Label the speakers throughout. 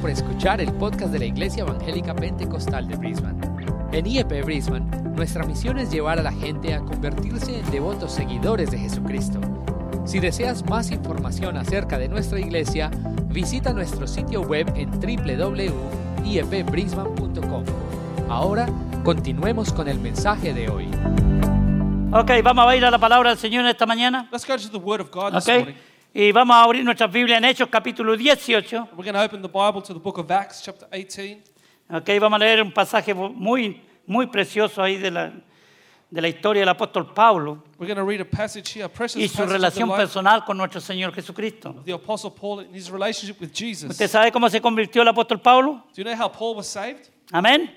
Speaker 1: por escuchar el podcast de la Iglesia Evangélica Pentecostal de Brisbane. En IEP Brisbane, nuestra misión es llevar a la gente a convertirse en devotos seguidores de Jesucristo. Si deseas más información acerca de nuestra iglesia, visita nuestro sitio web en E www.iepbrisbane.com. Ahora, continuemos con el mensaje de hoy.
Speaker 2: Ok, vamos a ir a la palabra del Señor en esta mañana.
Speaker 3: Let's go to the Word of God
Speaker 2: Ok.
Speaker 3: this morning.
Speaker 2: Y vamos a abrir nuestras Biblias en Hechos capítulo 18.
Speaker 3: We're going to open the Bible to the book of Acts, chapter 18.
Speaker 2: Ok, vamos a leer un pasaje muy, muy precioso ahí de la, de la historia del apóstol Pablo
Speaker 3: We're going to read a passage here, a precious
Speaker 2: y su
Speaker 3: passage of the
Speaker 2: relación
Speaker 3: life
Speaker 2: personal con nuestro Señor Jesucristo.
Speaker 3: of the Apostle Paul and his relationship with Jesus.
Speaker 2: ¿Usted sabe cómo se convirtió el apóstol Pablo?
Speaker 3: Do you know how Paul was saved?
Speaker 2: Amén.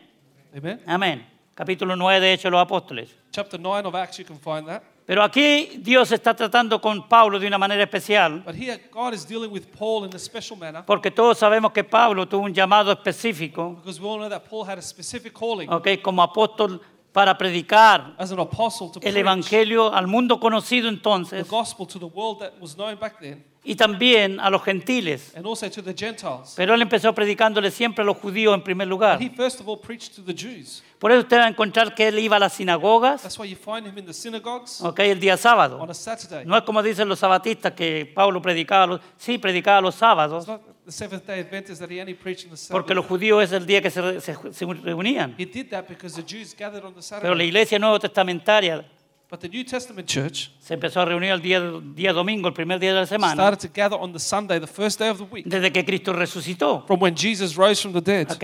Speaker 3: Amen.
Speaker 2: Amén. Capítulo 9 de Hechos de los Apóstoles.
Speaker 3: Chapter 9 of Acts, you can find that.
Speaker 2: Pero aquí Dios está tratando con Pablo de una manera especial,
Speaker 3: But here, God is dealing with Paul in a special manner
Speaker 2: porque todos sabemos que Pablo tuvo un llamado específico,
Speaker 3: because we all know that Paul had a specific calling
Speaker 2: ok, como apóstol para predicar
Speaker 3: as an apostle to
Speaker 2: el
Speaker 3: preach
Speaker 2: Evangelio al mundo conocido
Speaker 3: the
Speaker 2: entonces
Speaker 3: gospel to the world that was known back then
Speaker 2: y también a los gentiles.
Speaker 3: and also to the Gentiles.
Speaker 2: Pero él empezó predicándole siempre a los judíos en primer lugar.
Speaker 3: But he first of all preached to the Jews.
Speaker 2: Por eso usted va a encontrar que él iba a las sinagogas
Speaker 3: That's why you find him in the synagogues
Speaker 2: ok, el día
Speaker 3: on
Speaker 2: sábado.
Speaker 3: a Saturday.
Speaker 2: No es como dicen los sabatistas que Pablo predicaba, los- sí, predicaba los sábados,
Speaker 3: It's not the Seventh Day Adventists that he only preached on the
Speaker 2: porque
Speaker 3: Sabbath.
Speaker 2: los judíos es el día que se, re- se- se reunían.
Speaker 3: He did that because the Jews gathered on the
Speaker 2: Pero la
Speaker 3: Saturday.
Speaker 2: iglesia nuevo testamentaria
Speaker 3: But the New Testament church
Speaker 2: se empezó a reunir el día, día domingo, el primer día de la semana,
Speaker 3: started to gather on the Sunday, the first day of the week,
Speaker 2: desde que Cristo resucitó.
Speaker 3: from when Jesus rose from the dead.
Speaker 2: ¿ok?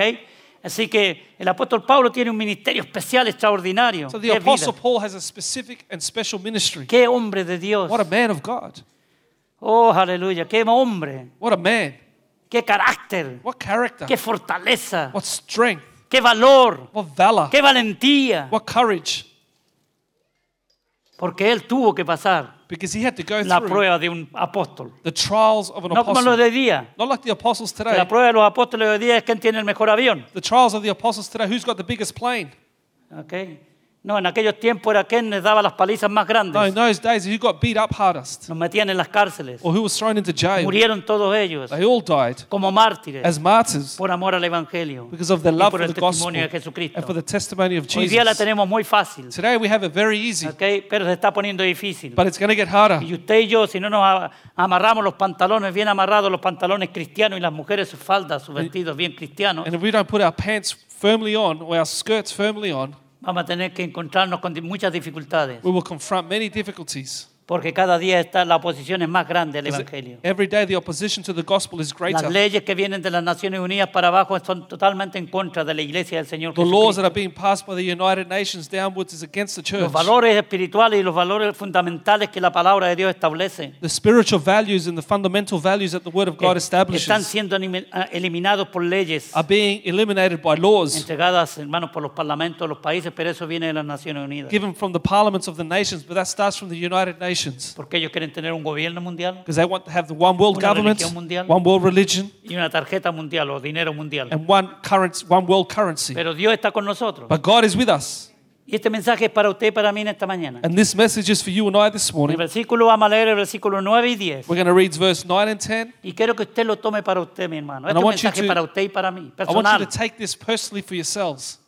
Speaker 2: Así que el apóstol Pablo tiene un ministerio especial extraordinario.
Speaker 3: So the
Speaker 2: Qué, vida,
Speaker 3: Apostle Paul has a specific and special ministry.
Speaker 2: qué hombre de Dios.
Speaker 3: What a man of God.
Speaker 2: Oh, aleluya. Qué hombre.
Speaker 3: What a man.
Speaker 2: Qué carácter.
Speaker 3: What character.
Speaker 2: Qué fortaleza.
Speaker 3: What strength.
Speaker 2: Qué valor.
Speaker 3: What valor.
Speaker 2: Qué valentía.
Speaker 3: What courage.
Speaker 2: Porque él tuvo que pasar
Speaker 3: Because he had to go
Speaker 2: la
Speaker 3: through
Speaker 2: prueba de un apóstol.
Speaker 3: the trials of an
Speaker 2: No como los
Speaker 3: apostle.
Speaker 2: de hoy día.
Speaker 3: Not like the apostles
Speaker 2: Que
Speaker 3: today.
Speaker 2: la prueba de los apóstoles de hoy día es quién tiene el mejor avión.
Speaker 3: The trials of the apostles today. Who's got the biggest plane?
Speaker 2: ¿ok? No, en aquellos tiempos era quien les daba las palizas más
Speaker 3: No, in
Speaker 2: grandes.
Speaker 3: those days, who got beat up hardest?
Speaker 2: Los metían en las cárceles.
Speaker 3: Or who was thrown into jail?
Speaker 2: Murieron todos ellos
Speaker 3: They all died
Speaker 2: como mártires.
Speaker 3: as martyrs
Speaker 2: por amor al Evangelio
Speaker 3: because of their
Speaker 2: y
Speaker 3: love
Speaker 2: por
Speaker 3: for
Speaker 2: el
Speaker 3: the gospel
Speaker 2: testimonio de
Speaker 3: and for
Speaker 2: Jesucristo.
Speaker 3: the testimony of
Speaker 2: Hoy día la
Speaker 3: Jesus.
Speaker 2: tenemos muy fácil,
Speaker 3: Today we have it very easy,
Speaker 2: ¿ok? pero se está poniendo difícil.
Speaker 3: but it's going to get harder.
Speaker 2: Y usted y yo, si no nos a- amarramos los pantalones bien amarrados, los pantalones cristianos y las mujeres sus faldas, sus vestidos bien cristianos,
Speaker 3: And if we don't put our pants firmly on or our skirts firmly on,
Speaker 2: vamos a tener que encontrarnos con di- muchas dificultades,
Speaker 3: we will confront many difficulties.
Speaker 2: porque cada día está, la oposición es más grande al
Speaker 3: Because
Speaker 2: Evangelio.
Speaker 3: Every day the opposition to the gospel is
Speaker 2: Las
Speaker 3: greater.
Speaker 2: leyes que vienen de las Naciones Unidas para abajo son totalmente en contra de la iglesia del Señor
Speaker 3: The laws that
Speaker 2: Jesucristo.
Speaker 3: are being passed by the United Nations downwards is against the
Speaker 2: Los
Speaker 3: church.
Speaker 2: valores espirituales y los valores fundamentales que la palabra de Dios establece.
Speaker 3: The spiritual values and the fundamental values that the Word of God
Speaker 2: están
Speaker 3: establishes
Speaker 2: siendo anime- ah, eliminados por leyes
Speaker 3: are being eliminated by laws
Speaker 2: entregadas, hermanos, por los parlamentos de los países, pero eso viene de las Naciones Unidas.
Speaker 3: given from the parliaments of the nations, but that starts from the United Nations.
Speaker 2: Porque ellos quieren tener un gobierno mundial
Speaker 3: Because they want to have the one world
Speaker 2: Una
Speaker 3: government,
Speaker 2: religión mundial.
Speaker 3: one world religion,
Speaker 2: y una tarjeta mundial o dinero mundial.
Speaker 3: and one currency, one world currency.
Speaker 2: Pero Dios está con nosotros.
Speaker 3: But God is with us.
Speaker 2: Y este mensaje es para usted y para mí en esta mañana.
Speaker 3: And this message is for you and I this
Speaker 2: En el
Speaker 3: morning.
Speaker 2: versículo vamos a leer el versículo 9 y 10.
Speaker 3: We're going to read verse 9 and 10.
Speaker 2: Y quiero que usted lo tome para usted, mi hermano. Este es
Speaker 3: I
Speaker 2: un
Speaker 3: want you
Speaker 2: mensaje
Speaker 3: to-
Speaker 2: para usted y para mí,
Speaker 3: I want you
Speaker 2: personal.
Speaker 3: to take this personally for yourselves.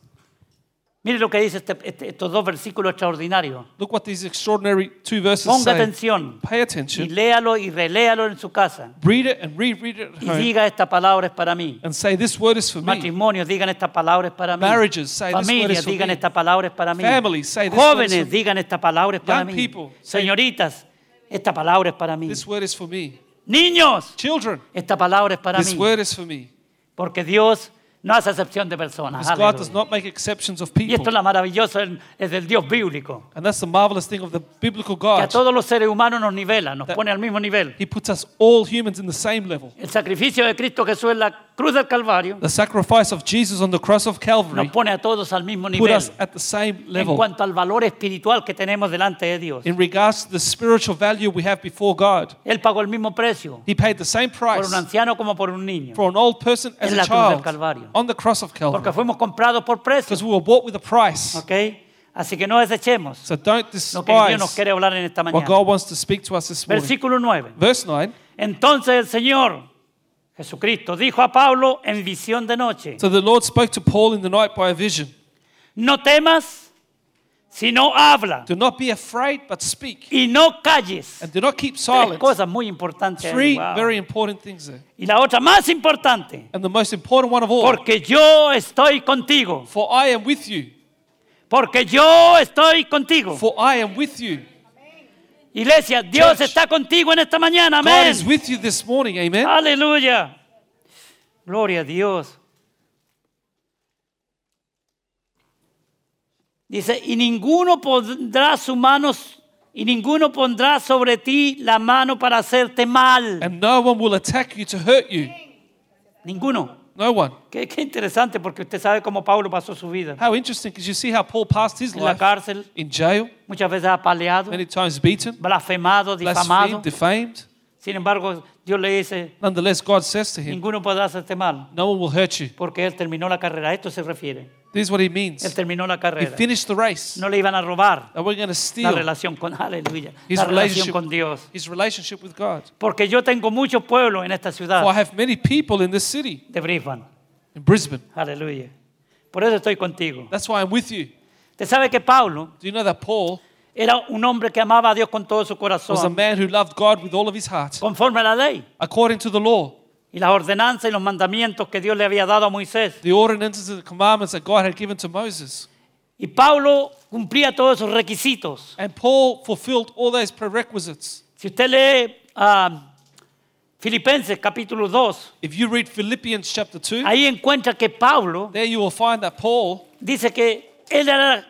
Speaker 2: Mire lo que dice este- este- estos dos versículos extraordinarios.
Speaker 3: Look what these extraordinary two verses
Speaker 2: Ponga
Speaker 3: say.
Speaker 2: atención
Speaker 3: Pay
Speaker 2: y
Speaker 3: attention.
Speaker 2: léalo y reléalo en su casa.
Speaker 3: Read it and reread it at
Speaker 2: y
Speaker 3: home.
Speaker 2: diga esta palabra es para mí.
Speaker 3: And say, This word is for me.
Speaker 2: Matrimonios, digan esta palabra es para mí.
Speaker 3: Marriages, say, this word
Speaker 2: Familias,
Speaker 3: is for
Speaker 2: digan
Speaker 3: me.
Speaker 2: esta palabra es para mí.
Speaker 3: Families, say, this word is
Speaker 2: Jóvenes,
Speaker 3: for-
Speaker 2: digan esta palabra es para
Speaker 3: Young
Speaker 2: mí.
Speaker 3: people, say-
Speaker 2: Señoritas, esta palabra es para mí.
Speaker 3: This word is for me.
Speaker 2: Niños,
Speaker 3: Children,
Speaker 2: esta palabra es para
Speaker 3: this
Speaker 2: mí.
Speaker 3: word is for me.
Speaker 2: Porque Dios no hace excepción de personas.
Speaker 3: Because God does
Speaker 2: Aleluya.
Speaker 3: not make exceptions of
Speaker 2: Y esto
Speaker 3: people.
Speaker 2: es la maravillosa es es del Dios bíblico.
Speaker 3: And that's the marvelous thing of the biblical
Speaker 2: Que a
Speaker 3: God.
Speaker 2: todos los seres humanos nos nivela, nos
Speaker 3: That-
Speaker 2: pone al mismo nivel.
Speaker 3: He puts us all humans in the same level.
Speaker 2: El sacrificio de Cristo Jesús en la cruz del Calvario
Speaker 3: The sacrifice of Jesus on the cross of
Speaker 2: nos
Speaker 3: Calvary
Speaker 2: pone a todos al mismo
Speaker 3: put
Speaker 2: nivel.
Speaker 3: us at the same
Speaker 2: en
Speaker 3: level
Speaker 2: cuanto al valor espiritual que tenemos delante de Dios.
Speaker 3: in regards to the spiritual value we have before God.
Speaker 2: Él pagó el mismo precio
Speaker 3: He paid the same
Speaker 2: por
Speaker 3: price
Speaker 2: un anciano como por un niño,
Speaker 3: for an old person as
Speaker 2: En la
Speaker 3: a
Speaker 2: cruz del
Speaker 3: child
Speaker 2: Calvario.
Speaker 3: on the cross of
Speaker 2: porque
Speaker 3: Calvary
Speaker 2: fuimos comprados por precio.
Speaker 3: because we were bought with a price.
Speaker 2: ¿ok? Así que no desechemos
Speaker 3: So don't
Speaker 2: lo que Dios nos
Speaker 3: despise
Speaker 2: quiere hablar en esta
Speaker 3: what
Speaker 2: mañana.
Speaker 3: God wants to speak to us this morning.
Speaker 2: Versículo 9.
Speaker 3: Verse 9
Speaker 2: Entonces el Señor Jesucristo dijo a Pablo en visión de noche,
Speaker 3: So the Lord spoke to Paul in the night by a vision.
Speaker 2: no temas, sino habla
Speaker 3: Do not be afraid, but speak.
Speaker 2: y no calles.
Speaker 3: And do not keep
Speaker 2: Tres
Speaker 3: silent.
Speaker 2: cosas muy importantes. ahí,
Speaker 3: Three
Speaker 2: wow.
Speaker 3: very important things there.
Speaker 2: Y la otra más importante,
Speaker 3: And the most important one of all,
Speaker 2: porque yo estoy contigo,
Speaker 3: for I am with you.
Speaker 2: porque yo estoy contigo.
Speaker 3: For I am with you.
Speaker 2: Iglesia, Dios
Speaker 3: Church.
Speaker 2: está contigo en esta mañana,
Speaker 3: God is
Speaker 2: amén.
Speaker 3: with you this morning, amen.
Speaker 2: Aleluya. Gloria a Dios. Dice, y ninguno pondrá su mano, y ninguno pondrá sobre ti la mano para hacerte mal.
Speaker 3: And no one will attack you to hurt you.
Speaker 2: Ninguno.
Speaker 3: No one.
Speaker 2: Qué, qué interesante porque usted sabe cómo Pablo pasó su vida.
Speaker 3: How interesting, because you see how Paul passed his
Speaker 2: En la
Speaker 3: life
Speaker 2: cárcel,
Speaker 3: in jail,
Speaker 2: muchas veces apaleado,
Speaker 3: many times beaten,
Speaker 2: blasfemado, difamado.
Speaker 3: blasphemed, defamed.
Speaker 2: Sin embargo, Dios le dice,
Speaker 3: Nonetheless, God says to him,
Speaker 2: ninguno podrá hacerte mal
Speaker 3: No one will hurt you.
Speaker 2: porque él terminó la carrera. A esto se refiere.
Speaker 3: This is what he
Speaker 2: Él
Speaker 3: means.
Speaker 2: terminó la
Speaker 3: He
Speaker 2: carrera.
Speaker 3: finished the race.
Speaker 2: No le iban a robar
Speaker 3: And we're going to
Speaker 2: la
Speaker 3: steal
Speaker 2: relación con aleluya,
Speaker 3: his
Speaker 2: la relación
Speaker 3: relationship,
Speaker 2: con Dios,
Speaker 3: his relationship with God.
Speaker 2: porque yo tengo muchos pueblos en esta
Speaker 3: For I
Speaker 2: ciudad
Speaker 3: have many people in this city,
Speaker 2: de Brisbane,
Speaker 3: in Brisbane.
Speaker 2: aleluya. Por eso estoy contigo.
Speaker 3: That's why I'm with you.
Speaker 2: Usted sabe que Pablo
Speaker 3: Do you know that Paul
Speaker 2: era un hombre que amaba a Dios con todo su
Speaker 3: was a
Speaker 2: corazón,
Speaker 3: man who loved God with all of his heart,
Speaker 2: conforme a la ley
Speaker 3: according to the law,
Speaker 2: y las ordenanzas y los mandamientos que Dios le había dado a Moisés.
Speaker 3: the ordinances and the commandments that God had given to Moses?
Speaker 2: Y Pablo cumplía todos esos requisitos.
Speaker 3: And Paul fulfilled all those prerequisites.
Speaker 2: Si usted lee ah, Filipenses capítulo 2,
Speaker 3: If you read Philippians chapter 2,
Speaker 2: ahí encuentra que Pablo
Speaker 3: there you will find that Paul,
Speaker 2: dice que él era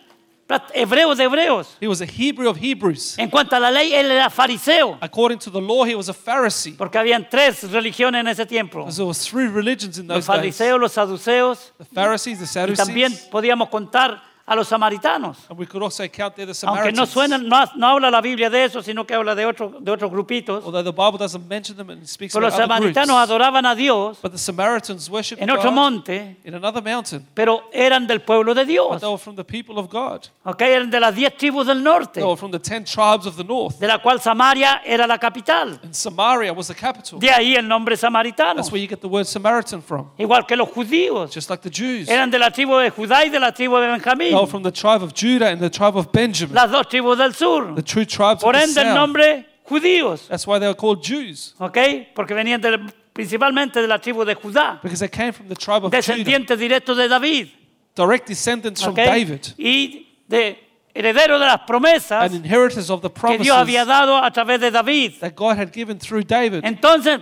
Speaker 2: prat- hebreo de hebreos.
Speaker 3: he was a Hebrew of Hebrews.
Speaker 2: En cuanto a la ley, él era fariseo,
Speaker 3: According to the law, he was a Pharisee.
Speaker 2: porque habían tres religiones en ese tiempo.
Speaker 3: Because there was three religions in
Speaker 2: Los
Speaker 3: those days.
Speaker 2: fariseos, los saduceos,
Speaker 3: The Pharisees, the
Speaker 2: y también
Speaker 3: Sadducees,
Speaker 2: podíamos contar a los samaritanos.
Speaker 3: and we could also count there the
Speaker 2: Aunque no,
Speaker 3: Samaritans.
Speaker 2: suena, no, no habla la Biblia de eso, sino que habla de, otro- de otros grupitos.
Speaker 3: Although the Bible doesn't mention them and it speaks
Speaker 2: Pero los
Speaker 3: about other groups.
Speaker 2: samaritanos adoraban a Dios
Speaker 3: But the Samaritans worshipped
Speaker 2: en otro
Speaker 3: God
Speaker 2: monte,
Speaker 3: in another mountain.
Speaker 2: pero eran del pueblo de
Speaker 3: But
Speaker 2: Dios.
Speaker 3: they were from the people of God.
Speaker 2: ¿ok? Eran de las diez tribus del norte,
Speaker 3: They were from the ten tribes of the north.
Speaker 2: de la cual Samaria era la capital.
Speaker 3: And Samaria was the capital.
Speaker 2: De ahí el nombre samaritano.
Speaker 3: That's where you get the word Samaritan from.
Speaker 2: igual que los judíos.
Speaker 3: Just like the Jews.
Speaker 2: Eran de la tribu de Judá y de la tribu de Benjamín,
Speaker 3: They were from the tribe of Judah and the tribe of Benjamin.
Speaker 2: las dos tribus del sur.
Speaker 3: The true tribes of
Speaker 2: Por
Speaker 3: the
Speaker 2: ende, el
Speaker 3: south.
Speaker 2: nombre judíos,
Speaker 3: That's why they were called Jews.
Speaker 2: ¿ok? Porque venían del- principalmente de la tribu de Judá,
Speaker 3: Because they came from the tribe of Judah.
Speaker 2: descendientes directos de David,
Speaker 3: Direct descendants
Speaker 2: ¿ok?
Speaker 3: from David.
Speaker 2: Y de herederos de las promesas
Speaker 3: And inheritors of the
Speaker 2: que Dios había
Speaker 3: promises
Speaker 2: dado a través de David.
Speaker 3: that God had given through David.
Speaker 2: Entonces,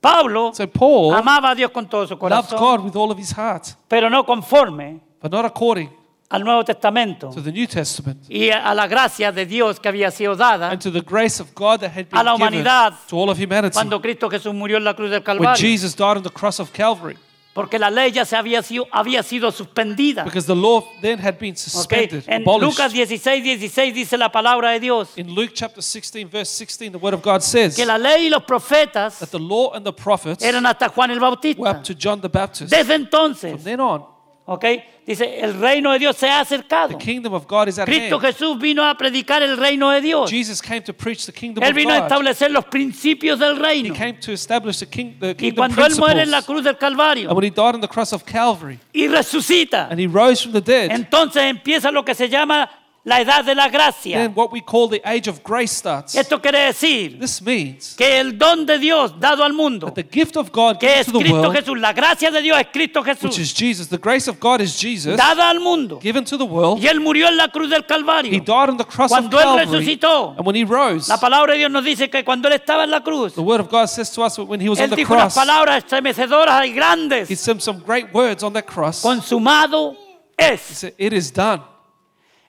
Speaker 2: Pablo
Speaker 3: So Paul
Speaker 2: amaba a Dios con todo su
Speaker 3: loved
Speaker 2: corazón,
Speaker 3: God with all of his heart,
Speaker 2: pero no conforme
Speaker 3: but not according
Speaker 2: al Nuevo Testamento
Speaker 3: to the New Testament
Speaker 2: y a la gracia de Dios que había sido dada
Speaker 3: and to the grace of God that had
Speaker 2: A la
Speaker 3: been given
Speaker 2: humanidad.
Speaker 3: to all of humanity
Speaker 2: cuando Cristo Jesús murió en la cruz del
Speaker 3: when
Speaker 2: Calvario,
Speaker 3: Jesus died on the cross of Calvary.
Speaker 2: porque la ley ya se había sido, había sido suspendida.
Speaker 3: Because the law then had been
Speaker 2: ¿ok?
Speaker 3: suspended,
Speaker 2: En
Speaker 3: abolished.
Speaker 2: Lucas 16, 16 dice la palabra de Dios
Speaker 3: In Luke chapter 16, verse 16, the word of God says
Speaker 2: que la ley y los profetas
Speaker 3: that the law and the prophets
Speaker 2: eran hasta Juan el
Speaker 3: were
Speaker 2: Bautista.
Speaker 3: up to John the Baptist.
Speaker 2: Desde
Speaker 3: From
Speaker 2: entonces,
Speaker 3: then on,
Speaker 2: ¿ok? dice, el reino de Dios se ha
Speaker 3: the
Speaker 2: acercado.
Speaker 3: kingdom of God is at
Speaker 2: Cristo
Speaker 3: hand.
Speaker 2: Jesús vino a predicar el reino de Dios.
Speaker 3: Jesus came to preach the kingdom
Speaker 2: Él
Speaker 3: of
Speaker 2: vino a
Speaker 3: God.
Speaker 2: establecer los principios del
Speaker 3: He
Speaker 2: reino.
Speaker 3: came to establish the, king, the
Speaker 2: Y
Speaker 3: kingdom
Speaker 2: cuando Él muere en la
Speaker 3: principles.
Speaker 2: cruz del
Speaker 3: And
Speaker 2: Calvario
Speaker 3: when he died on the cross of Calvary,
Speaker 2: y resucita,
Speaker 3: and he rose from the dead,
Speaker 2: entonces empieza lo que se llama la edad de la gracia.
Speaker 3: then what we call the age of grace starts.
Speaker 2: Esto quiere decir
Speaker 3: This means
Speaker 2: que el don de Dios dado al mundo,
Speaker 3: that the gift of God
Speaker 2: que
Speaker 3: given
Speaker 2: es
Speaker 3: to the
Speaker 2: Cristo
Speaker 3: world,
Speaker 2: Jesús, la gracia de Dios es Cristo
Speaker 3: which
Speaker 2: Jesús,
Speaker 3: is Jesus, the grace of God is Jesus,
Speaker 2: dada al mundo.
Speaker 3: given to the world.
Speaker 2: Y él murió en la cruz del
Speaker 3: He
Speaker 2: Calvario.
Speaker 3: died on the cross of
Speaker 2: Cuando él
Speaker 3: Calvary,
Speaker 2: resucitó,
Speaker 3: and when he rose,
Speaker 2: la palabra de Dios nos dice que cuando él estaba en la cruz,
Speaker 3: the word of God says to us that when he was on
Speaker 2: él
Speaker 3: the
Speaker 2: dijo unas
Speaker 3: cross,
Speaker 2: palabras estremecedoras y
Speaker 3: he
Speaker 2: grandes.
Speaker 3: said some great words on that cross. He
Speaker 2: Consumado es.
Speaker 3: said, It is done.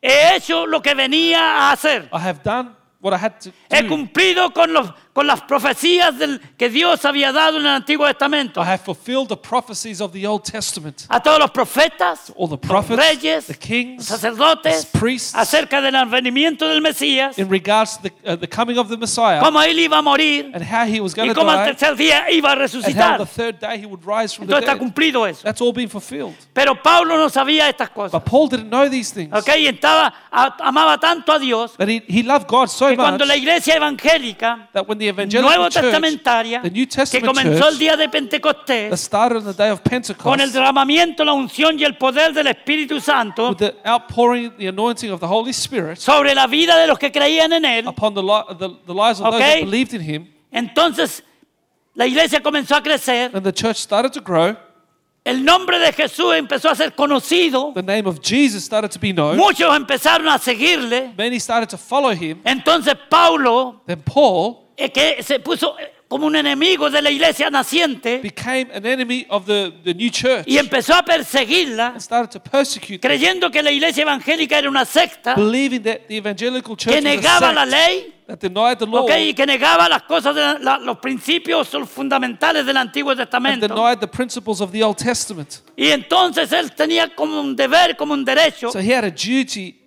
Speaker 2: He hecho lo que venía a hacer.
Speaker 3: I have done what I had to
Speaker 2: He
Speaker 3: do.
Speaker 2: cumplido con, los, con las profecías del, que Dios había dado en el Antiguo Testamento.
Speaker 3: I have fulfilled the prophecies of the Old Testament.
Speaker 2: a todos los profetas,
Speaker 3: All the
Speaker 2: los
Speaker 3: prophets,
Speaker 2: reyes,
Speaker 3: the kings,
Speaker 2: sacerdotes,
Speaker 3: the priests.
Speaker 2: acerca del advenimiento del Mesías,
Speaker 3: in regards to the, uh, the coming of the Messiah
Speaker 2: cómo él iba a morir
Speaker 3: and how he was going
Speaker 2: y
Speaker 3: to
Speaker 2: cómo al
Speaker 3: die
Speaker 2: tercer día iba a
Speaker 3: and how on the
Speaker 2: resucitar.
Speaker 3: third day he would rise from the
Speaker 2: Entonces está
Speaker 3: dead.
Speaker 2: cumplido eso.
Speaker 3: That's all been fulfilled.
Speaker 2: Pero Pablo no sabía estas
Speaker 3: But
Speaker 2: cosas.
Speaker 3: Paul didn't know these things.
Speaker 2: ¿ok? Y estaba, a- amaba tanto a Dios
Speaker 3: That he, he loved God so
Speaker 2: que cuando
Speaker 3: much
Speaker 2: la iglesia evangélica
Speaker 3: that when the the evangelical
Speaker 2: nuevo
Speaker 3: church,
Speaker 2: testamentaria
Speaker 3: the New
Speaker 2: que
Speaker 3: Testament
Speaker 2: comenzó el
Speaker 3: church,
Speaker 2: día de
Speaker 3: that
Speaker 2: Pentecostés
Speaker 3: started on the day of
Speaker 2: con el
Speaker 3: Pentecost,
Speaker 2: derramamiento, la unción y el poder del Espíritu Santo
Speaker 3: with the outpouring, the anointing of the Holy Spirit
Speaker 2: sobre la vida de los que creían en él,
Speaker 3: upon the, li- the, the lives of those
Speaker 2: Okay.
Speaker 3: that believed in him,
Speaker 2: entonces la iglesia comenzó a crecer,
Speaker 3: and the church started to grow.
Speaker 2: el nombre de Jesús empezó a ser conocido,
Speaker 3: The name of Jesus started to be known.
Speaker 2: muchos empezaron a seguirle,
Speaker 3: Many started to follow him.
Speaker 2: entonces Pablo,
Speaker 3: Then Paul
Speaker 2: eh, que se puso eh, como un enemigo de la iglesia naciente
Speaker 3: became an enemy of the, the new church
Speaker 2: y empezó a perseguirla,
Speaker 3: and started to persecute them,
Speaker 2: creyendo que la iglesia evangélica era una secta
Speaker 3: believing that the evangelical
Speaker 2: que
Speaker 3: church was a
Speaker 2: negaba la
Speaker 3: sect
Speaker 2: ley.
Speaker 3: that denied the law
Speaker 2: Ok, y que negaba las cosas, de la- la- los principios fundamentales del Antiguo
Speaker 3: and
Speaker 2: Testamento.
Speaker 3: denied the principles of the Old Testament.
Speaker 2: Y entonces él tenía como un deber, como un derecho.
Speaker 3: So he had a duty.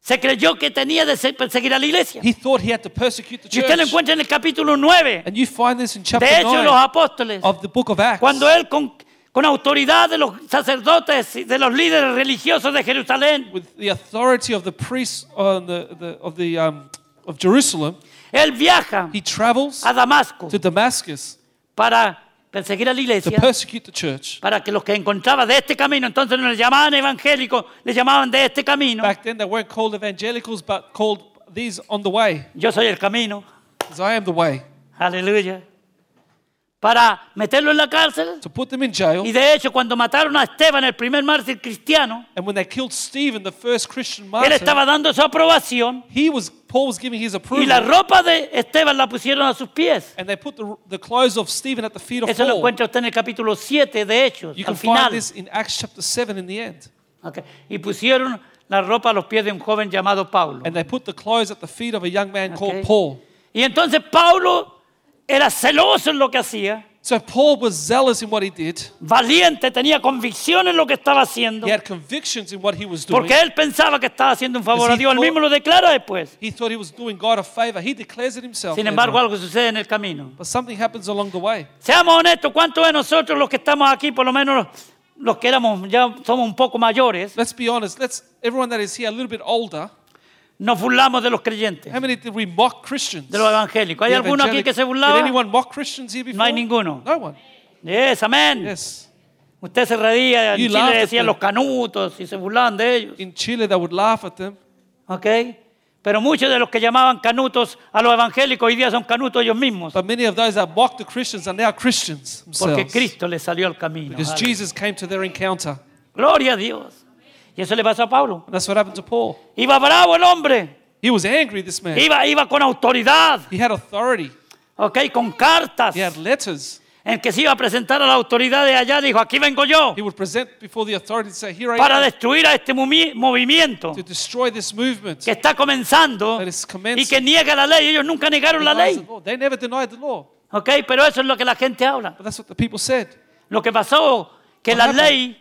Speaker 2: Se creyó que tenía de se- perseguir a la iglesia.
Speaker 3: He thought he had to persecute the
Speaker 2: Y usted lo
Speaker 3: church.
Speaker 2: encuentra en el capítulo 9
Speaker 3: And you find this in chapter
Speaker 2: de Hechos de los
Speaker 3: 9
Speaker 2: Apóstoles,
Speaker 3: of the book of Acts.
Speaker 2: cuando él con, con autoridad de los sacerdotes y de los líderes religiosos de Jerusalén,
Speaker 3: With the authority of the priests on the, the, of, the, um, of Jerusalem,
Speaker 2: él viaja
Speaker 3: he travels
Speaker 2: a Damasco
Speaker 3: to Damascus
Speaker 2: para perseguir a la
Speaker 3: to
Speaker 2: iglesia,
Speaker 3: persecute the church.
Speaker 2: para que los que encontraba de este camino, entonces no le llamaban evangélicos, le llamaban de este camino.
Speaker 3: Back then, they weren't called evangelicals, but called these on the way,
Speaker 2: Yo soy el camino.
Speaker 3: because I am the way.
Speaker 2: Aleluya. Para meterlo en la cárcel.
Speaker 3: To put them in jail.
Speaker 2: Y de hecho, cuando mataron a Esteban, el primer mártir cristiano,
Speaker 3: And when they killed Stephen, the first Christian
Speaker 2: él
Speaker 3: martyr,
Speaker 2: estaba dando su aprobación.
Speaker 3: he was Paul was giving his
Speaker 2: Y la
Speaker 3: approval,
Speaker 2: ropa de Esteban la pusieron a sus pies.
Speaker 3: and they put the, the clothes of Stephen at the feet of
Speaker 2: Eso lo
Speaker 3: Paul.
Speaker 2: encuentra usted en el capítulo 7 de Hechos,
Speaker 3: You
Speaker 2: al
Speaker 3: can
Speaker 2: final.
Speaker 3: find this in Acts chapter seven in the end.
Speaker 2: Ok. Y pusieron la ropa a los pies de un joven llamado Pablo.
Speaker 3: And they put the clothes at the feet of a young man
Speaker 2: Ok.
Speaker 3: called Paul.
Speaker 2: Y entonces Pablo era celoso en lo que hacía,
Speaker 3: So Paul was zealous in what he did.
Speaker 2: valiente, tenía convicción en lo que estaba haciendo.
Speaker 3: He had convictions in what he was doing.
Speaker 2: Porque él pensaba que estaba haciendo un favor a
Speaker 3: Because he
Speaker 2: Dios. Él
Speaker 3: thought-
Speaker 2: mismo lo declara después.
Speaker 3: He thought he was doing God a favor. He declares it himself.
Speaker 2: Sin
Speaker 3: later
Speaker 2: embargo,
Speaker 3: on.
Speaker 2: algo sucede en el camino.
Speaker 3: But something happens along the way.
Speaker 2: Seamos honestos, ¿cuántos de nosotros los que estamos aquí, por lo menos los, los que éramos, ya somos un poco mayores,
Speaker 3: Let's be honest. Let's everyone that is here a little bit older.
Speaker 2: nos burlamos de los creyentes,
Speaker 3: How many did we mock Christians?
Speaker 2: de los evangélicos? ¿Hay
Speaker 3: The
Speaker 2: alguno aquí
Speaker 3: evangelic-
Speaker 2: que se
Speaker 3: Did
Speaker 2: burlaba?
Speaker 3: anyone mock Christians here before?
Speaker 2: hay ninguno.
Speaker 3: No one.
Speaker 2: Yes, amén.
Speaker 3: Yes.
Speaker 2: Usted se reía, en
Speaker 3: You
Speaker 2: Chile
Speaker 3: laughed at
Speaker 2: decían
Speaker 3: them.
Speaker 2: los canutos y se burlaban de ellos.
Speaker 3: In Chile, they would laugh at them.
Speaker 2: ¿Ok? Pero muchos de los que llamaban canutos a los evangélicos hoy día son canutos ellos mismos.
Speaker 3: But many of those that mock the Christians are now Christians themselves.
Speaker 2: Porque Cristo les salió al camino.
Speaker 3: Because Jesus came to their encounter.
Speaker 2: Gloria a Dios. Y eso le pasó a Pablo.
Speaker 3: And that's what happened to Paul.
Speaker 2: Iba bravo el hombre.
Speaker 3: He was angry, this man.
Speaker 2: Iba, iba con autoridad,
Speaker 3: He had authority.
Speaker 2: ¿ok? Con cartas.
Speaker 3: He had letters.
Speaker 2: En que se iba a presentar a la autoridad de allá, dijo, aquí vengo yo
Speaker 3: He would present before the authorities and say, Here I
Speaker 2: para
Speaker 3: am
Speaker 2: destruir a este mumi- movimiento
Speaker 3: to destroy this movement.
Speaker 2: que está comenzando
Speaker 3: That is commencing.
Speaker 2: y que niega la ley. Ellos nunca negaron la
Speaker 3: Denies the
Speaker 2: ley,
Speaker 3: law. They never denied the law.
Speaker 2: ¿ok? Pero eso es lo que la gente habla.
Speaker 3: But that's what the people said.
Speaker 2: Lo que pasó, que
Speaker 3: What
Speaker 2: la
Speaker 3: happened?
Speaker 2: ley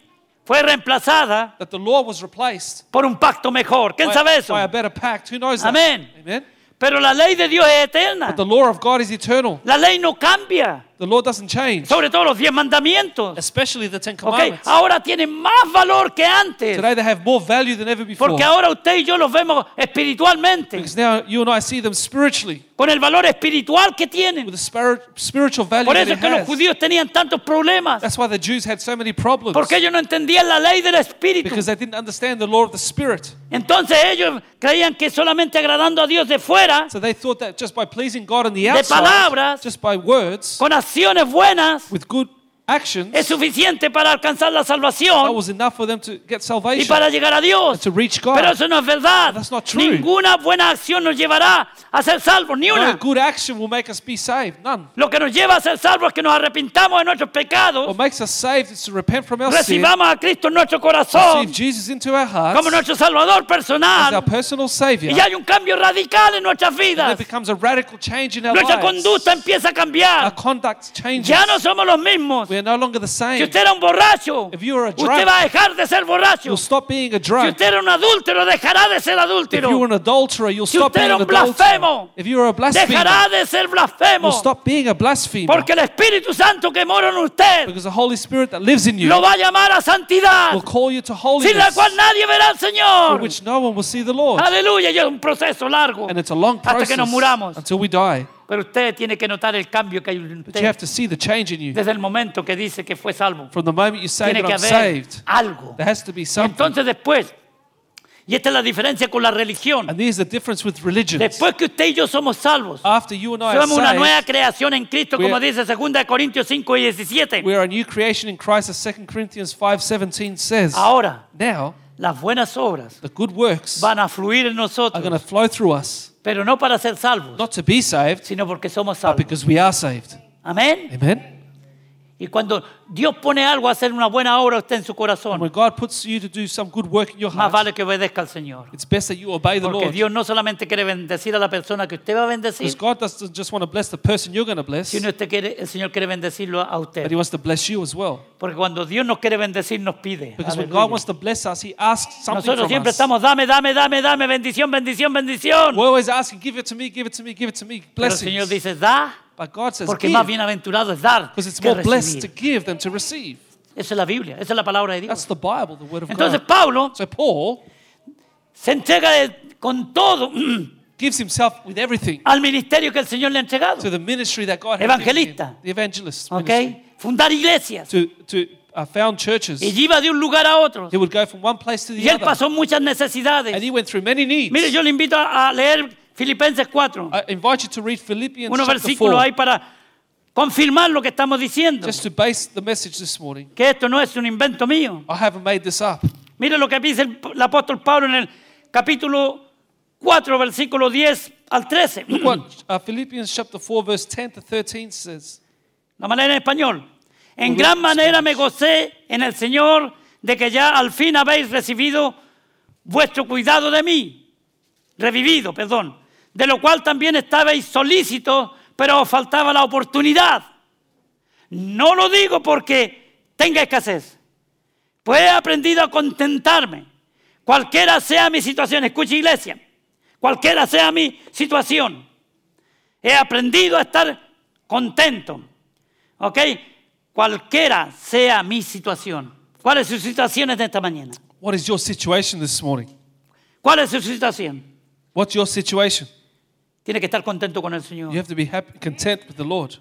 Speaker 2: fue reemplazada
Speaker 3: That the law was replaced
Speaker 2: por un pacto mejor. ¿Quién
Speaker 3: by,
Speaker 2: sabe eso?
Speaker 3: by a better pact. Who knows
Speaker 2: Amén.
Speaker 3: that? Amen.
Speaker 2: Pero la ley de Dios es eterna.
Speaker 3: But the law of God is eternal.
Speaker 2: La ley no cambia,
Speaker 3: The law doesn't change.
Speaker 2: sobre todo los diez mandamientos.
Speaker 3: Especially the Ten
Speaker 2: ¿ok?
Speaker 3: Commandments.
Speaker 2: Ahora tienen más valor que antes.
Speaker 3: Today they have more value than ever before.
Speaker 2: Porque ahora usted y yo los vemos espiritualmente,
Speaker 3: Because now you and I see them spiritually,
Speaker 2: con el valor espiritual que tienen.
Speaker 3: with the spir- spiritual value
Speaker 2: Por
Speaker 3: that
Speaker 2: eso
Speaker 3: it
Speaker 2: es que los
Speaker 3: has.
Speaker 2: judíos tenían tantos problemas,
Speaker 3: That's why the Jews had so many problems.
Speaker 2: porque ellos no entendían la ley del espíritu.
Speaker 3: because they didn't understand the law of the Spirit.
Speaker 2: Entonces ellos creían que solamente agradando a Dios de fuera,
Speaker 3: So they thought that just by pleasing God on the
Speaker 2: De
Speaker 3: outside,
Speaker 2: palabras.
Speaker 3: just by words,
Speaker 2: con acciones buenas,
Speaker 3: with good actions,
Speaker 2: es suficiente para alcanzar la
Speaker 3: that
Speaker 2: salvación
Speaker 3: was enough for them to
Speaker 2: y
Speaker 3: get salvation,
Speaker 2: para llegar a Dios.
Speaker 3: to reach God.
Speaker 2: Pero eso no es verdad.
Speaker 3: That's not true.
Speaker 2: Ninguna buena acción nos llevará a ser salvos, ni
Speaker 3: no
Speaker 2: una.
Speaker 3: good action will make us be saved. None.
Speaker 2: Lo que nos lleva a ser salvos es que nos arrepintamos de nuestros
Speaker 3: What
Speaker 2: pecados,
Speaker 3: makes us saved is to repent from our sin,
Speaker 2: recibamos a Cristo en nuestro
Speaker 3: receive
Speaker 2: corazón
Speaker 3: Jesus into our hearts
Speaker 2: como nuestro Salvador
Speaker 3: as our
Speaker 2: personal.
Speaker 3: personal Savior.
Speaker 2: Y ya hay un cambio radical en nuestras
Speaker 3: And
Speaker 2: vidas.
Speaker 3: it becomes a radical change in our
Speaker 2: Nuestra
Speaker 3: lives.
Speaker 2: conducta empieza a
Speaker 3: Our
Speaker 2: cambiar.
Speaker 3: conduct changes.
Speaker 2: Ya no somos los mismos.
Speaker 3: We are no longer the
Speaker 2: Si
Speaker 3: same.
Speaker 2: usted era un borracho,
Speaker 3: If you were a
Speaker 2: usted
Speaker 3: drunk,
Speaker 2: va a dejar de ser borracho.
Speaker 3: You'll stop being a
Speaker 2: Si
Speaker 3: drunk.
Speaker 2: usted era un adúltero, dejará de ser
Speaker 3: If you were
Speaker 2: adúltero.
Speaker 3: an adulterer, you'll
Speaker 2: Si
Speaker 3: stop
Speaker 2: usted
Speaker 3: being
Speaker 2: era
Speaker 3: an
Speaker 2: un blasfemo,
Speaker 3: adulterer. If you were a
Speaker 2: Dejará
Speaker 3: blasphemer,
Speaker 2: de ser
Speaker 3: you'll
Speaker 2: blasfemo.
Speaker 3: stop being a blasphemer.
Speaker 2: Porque el Espíritu Santo que mora en usted
Speaker 3: Because the Holy Spirit that lives in you
Speaker 2: lo va a llamar a santidad,
Speaker 3: will call you to
Speaker 2: sin la
Speaker 3: holiness,
Speaker 2: cual nadie verá al
Speaker 3: for
Speaker 2: Señor.
Speaker 3: which no one will see the Lord.
Speaker 2: Aleluya, y es un proceso largo.
Speaker 3: And it's a long
Speaker 2: Hasta que
Speaker 3: process
Speaker 2: nos muramos.
Speaker 3: until we die.
Speaker 2: Pero usted tiene que notar el cambio que hay en
Speaker 3: But you have
Speaker 2: usted
Speaker 3: to see the change in you.
Speaker 2: desde el momento que dice que fue salvo.
Speaker 3: From the moment you say
Speaker 2: Tiene
Speaker 3: that
Speaker 2: que
Speaker 3: I'm
Speaker 2: haber
Speaker 3: saved,
Speaker 2: algo.
Speaker 3: there has to be something.
Speaker 2: Entonces después, y esta es la diferencia con la religión,
Speaker 3: And there's the difference with religion.
Speaker 2: después que usted y yo somos salvos,
Speaker 3: After you and I
Speaker 2: somos una
Speaker 3: are
Speaker 2: nueva
Speaker 3: saved,
Speaker 2: creación en Cristo, como
Speaker 3: We're-
Speaker 2: dice 2 Corintios 5 y 17.
Speaker 3: we are a new creation in Christ, as 2 Corinthians 5.17 says.
Speaker 2: Ahora,
Speaker 3: Now,
Speaker 2: las buenas obras
Speaker 3: the good works
Speaker 2: van a fluir en
Speaker 3: are going to
Speaker 2: nosotros,
Speaker 3: flow through us,
Speaker 2: pero no para ser salvos,
Speaker 3: not to be saved,
Speaker 2: sino porque somos
Speaker 3: but
Speaker 2: salvos.
Speaker 3: because we are saved.
Speaker 2: Amén.
Speaker 3: Amen?
Speaker 2: Y cuando Dios pone algo a hacer una buena obra a usted en su
Speaker 3: And
Speaker 2: corazón,
Speaker 3: when God puts you to do some good work in your
Speaker 2: más
Speaker 3: heart,
Speaker 2: vale que obedezca al Señor.
Speaker 3: it's best that you obey the
Speaker 2: Porque
Speaker 3: Lord.
Speaker 2: Dios no solamente quiere bendecir a la persona que usted va a
Speaker 3: Because
Speaker 2: bendecir,
Speaker 3: God doesn't just want to bless the person you're going to bless,
Speaker 2: sino usted quiere, el Señor quiere bendecirlo a
Speaker 3: but
Speaker 2: usted.
Speaker 3: He wants to bless you as well.
Speaker 2: Porque cuando Dios nos quiere bendecir, nos pide.
Speaker 3: Because when
Speaker 2: Aleluya.
Speaker 3: God wants to bless us, He asks something
Speaker 2: Nosotros
Speaker 3: from
Speaker 2: siempre
Speaker 3: us.
Speaker 2: estamos, dame, dame, dame, dame, bendición, bendición, bendición.
Speaker 3: We're always asking, give it to me, give it to me, give it to me,
Speaker 2: Pero el Señor
Speaker 3: blessings.
Speaker 2: dice, da,
Speaker 3: But God says,
Speaker 2: porque
Speaker 3: give,
Speaker 2: más bienaventurado es dar
Speaker 3: because it's
Speaker 2: que
Speaker 3: more blessed to
Speaker 2: recibir.
Speaker 3: give than to receive.
Speaker 2: Esa es la Biblia, esa es la palabra de Dios.
Speaker 3: That's the Bible, the Word of
Speaker 2: Entonces
Speaker 3: God.
Speaker 2: Pablo
Speaker 3: So Paul
Speaker 2: se entrega de- con todo mm,
Speaker 3: gives himself with everything
Speaker 2: al ministerio que el Señor le ha entregado.
Speaker 3: to the ministry that God had given him,
Speaker 2: Evangelista.
Speaker 3: the evangelist
Speaker 2: ¿Ok?
Speaker 3: ministry,
Speaker 2: Fundar iglesias.
Speaker 3: to, to uh, found churches.
Speaker 2: Y iba de un lugar a otro.
Speaker 3: He would go from one place to
Speaker 2: Y
Speaker 3: the
Speaker 2: él
Speaker 3: other.
Speaker 2: pasó muchas
Speaker 3: And
Speaker 2: necesidades.
Speaker 3: he went through many needs.
Speaker 2: Mire, yo le invito a a leer Filipenses 4.
Speaker 3: I invite you to read Philippians
Speaker 2: unos
Speaker 3: chapter
Speaker 2: versículos
Speaker 3: 4
Speaker 2: ahí para confirmar lo que estamos diciendo.
Speaker 3: just to base the message this morning.
Speaker 2: Que esto no es un invento mío.
Speaker 3: I haven't made this up.
Speaker 2: Mire lo que dice el, el apóstol Pablo en el capítulo 4, versículo 10 al 13.
Speaker 3: What uh, Philippians chapter 4 verse 10 to 13 says.
Speaker 2: La manera en español. En gran manera me gocé en el Señor de que ya al fin habéis recibido vuestro cuidado de mí, revivido, perdón, de lo cual también estabais solícitos, pero os faltaba la oportunidad. No lo digo porque tenga escasez, pues he aprendido a contentarme, cualquiera sea mi situación, escucha iglesia, cualquiera sea mi situación, he aprendido a estar contento. ¿Ok? Cualquiera sea mi situación. ¿Cuál es su situación en esta mañana?
Speaker 3: What is your situation this morning?
Speaker 2: ¿Cuál es su situación?
Speaker 3: What's your situation?
Speaker 2: Tiene que estar contento con el
Speaker 3: You
Speaker 2: Señor.
Speaker 3: have to be happy, content with the Lord.